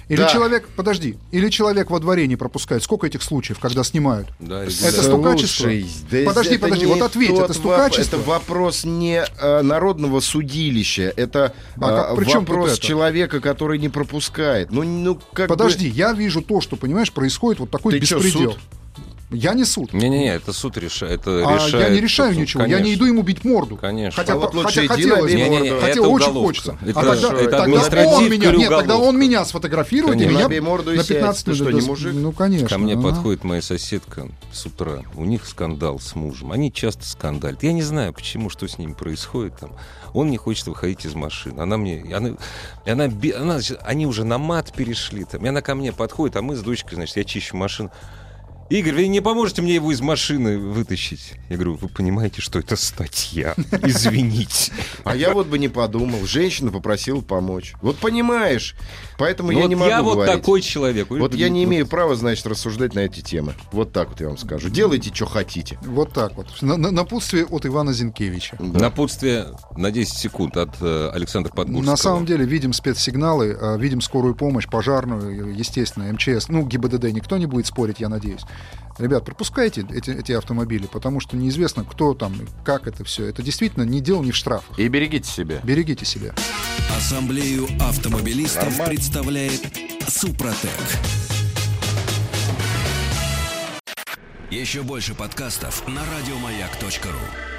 Speaker 3: Или
Speaker 2: Да.
Speaker 3: человек, подожди, или человек во дворе не пропускает. Сколько этих случаев, когда снимают?
Speaker 1: Да,
Speaker 3: Это
Speaker 1: ребята.
Speaker 3: стукачество?
Speaker 2: Слушай, да
Speaker 3: Подожди,
Speaker 2: это
Speaker 3: подожди,
Speaker 2: не
Speaker 3: вот ответь,
Speaker 2: тот
Speaker 3: это стукачество?
Speaker 2: воп- Это вопрос не э, народного судилища, это
Speaker 3: А как-
Speaker 2: э,
Speaker 3: при чем тут
Speaker 2: вопрос
Speaker 3: это?
Speaker 2: человека, который не пропускает. Ну, ну как бы-
Speaker 3: Подожди, я вижу то, что, понимаешь, происходит вот такой
Speaker 2: Ты чё,
Speaker 3: беспредел.
Speaker 2: суд?
Speaker 3: я не суд.
Speaker 1: Не-не-не, это суд решает. Это
Speaker 3: А я
Speaker 1: решает
Speaker 3: не решаю
Speaker 1: суд,
Speaker 3: ничего, я не
Speaker 1: конечно.
Speaker 3: иду ему бить морду.
Speaker 1: Конечно.
Speaker 3: Хотя,
Speaker 2: А вот
Speaker 3: по-
Speaker 2: лучше
Speaker 3: хотя
Speaker 2: иди
Speaker 3: хотелось, бы,
Speaker 2: набей морду. Не-не-не,
Speaker 3: хотя
Speaker 1: это
Speaker 3: очень
Speaker 1: уголовка.
Speaker 3: хочется.
Speaker 1: Это
Speaker 3: а
Speaker 1: хорошо,
Speaker 3: тогда,
Speaker 1: это
Speaker 3: тогда он
Speaker 1: административка
Speaker 3: меня,
Speaker 1: или
Speaker 3: нет, тогда он
Speaker 1: уголовка?
Speaker 3: меня сфотографирует, и
Speaker 2: Конечно.
Speaker 3: меня
Speaker 2: Набей морду и
Speaker 3: на
Speaker 2: сядь.
Speaker 3: 15
Speaker 2: Ты
Speaker 3: минут.
Speaker 2: что, не
Speaker 3: без-
Speaker 2: мужик?
Speaker 3: Ну, конечно.
Speaker 1: Ко мне
Speaker 3: ага.
Speaker 1: подходит моя соседка с утра. У них скандал с мужем. Они часто скандалят. Я не знаю, почему, что с ними происходит там. Он не хочет выходить из машины. Она мне... и Она, и она, би- она, значит, они уже на мат перешли там. И она ко мне подходит, а мы с дочкой, значит, я чищу машину. Игорь, вы не поможете мне его из машины вытащить? Я говорю, вы понимаете, что это статья? Извините.
Speaker 2: А я вот бы не подумал. Женщина попросила помочь. Вот понимаешь, поэтому Ну, я
Speaker 1: Ну, Вот
Speaker 2: не могу
Speaker 1: я вот
Speaker 2: говорить.
Speaker 1: такой человек.
Speaker 2: Вот я не имею права, значит, рассуждать на эти темы. Вот так вот я вам скажу. Делайте, что хотите.
Speaker 3: ну, Вот так вот. На, на- напутствие от Ивана Зинкевича.
Speaker 1: ну, Напутствие на 10 секунд от э, Александра Подгурского.
Speaker 3: На самом деле видим спецсигналы, э, видим скорую помощь, пожарную, э, естественно, МЧС. Ну, ГИБДД никто не будет спорить, я надеюсь. Ребят, пропускайте эти, эти автомобили, потому что неизвестно, кто там, и как это все. Это действительно не дело не в штрафах.
Speaker 10: И берегите себя.
Speaker 3: Берегите себя.
Speaker 6: Ассамблею автомобилистов представляет Супротек. Еще больше подкастов на радиомаяк.ру.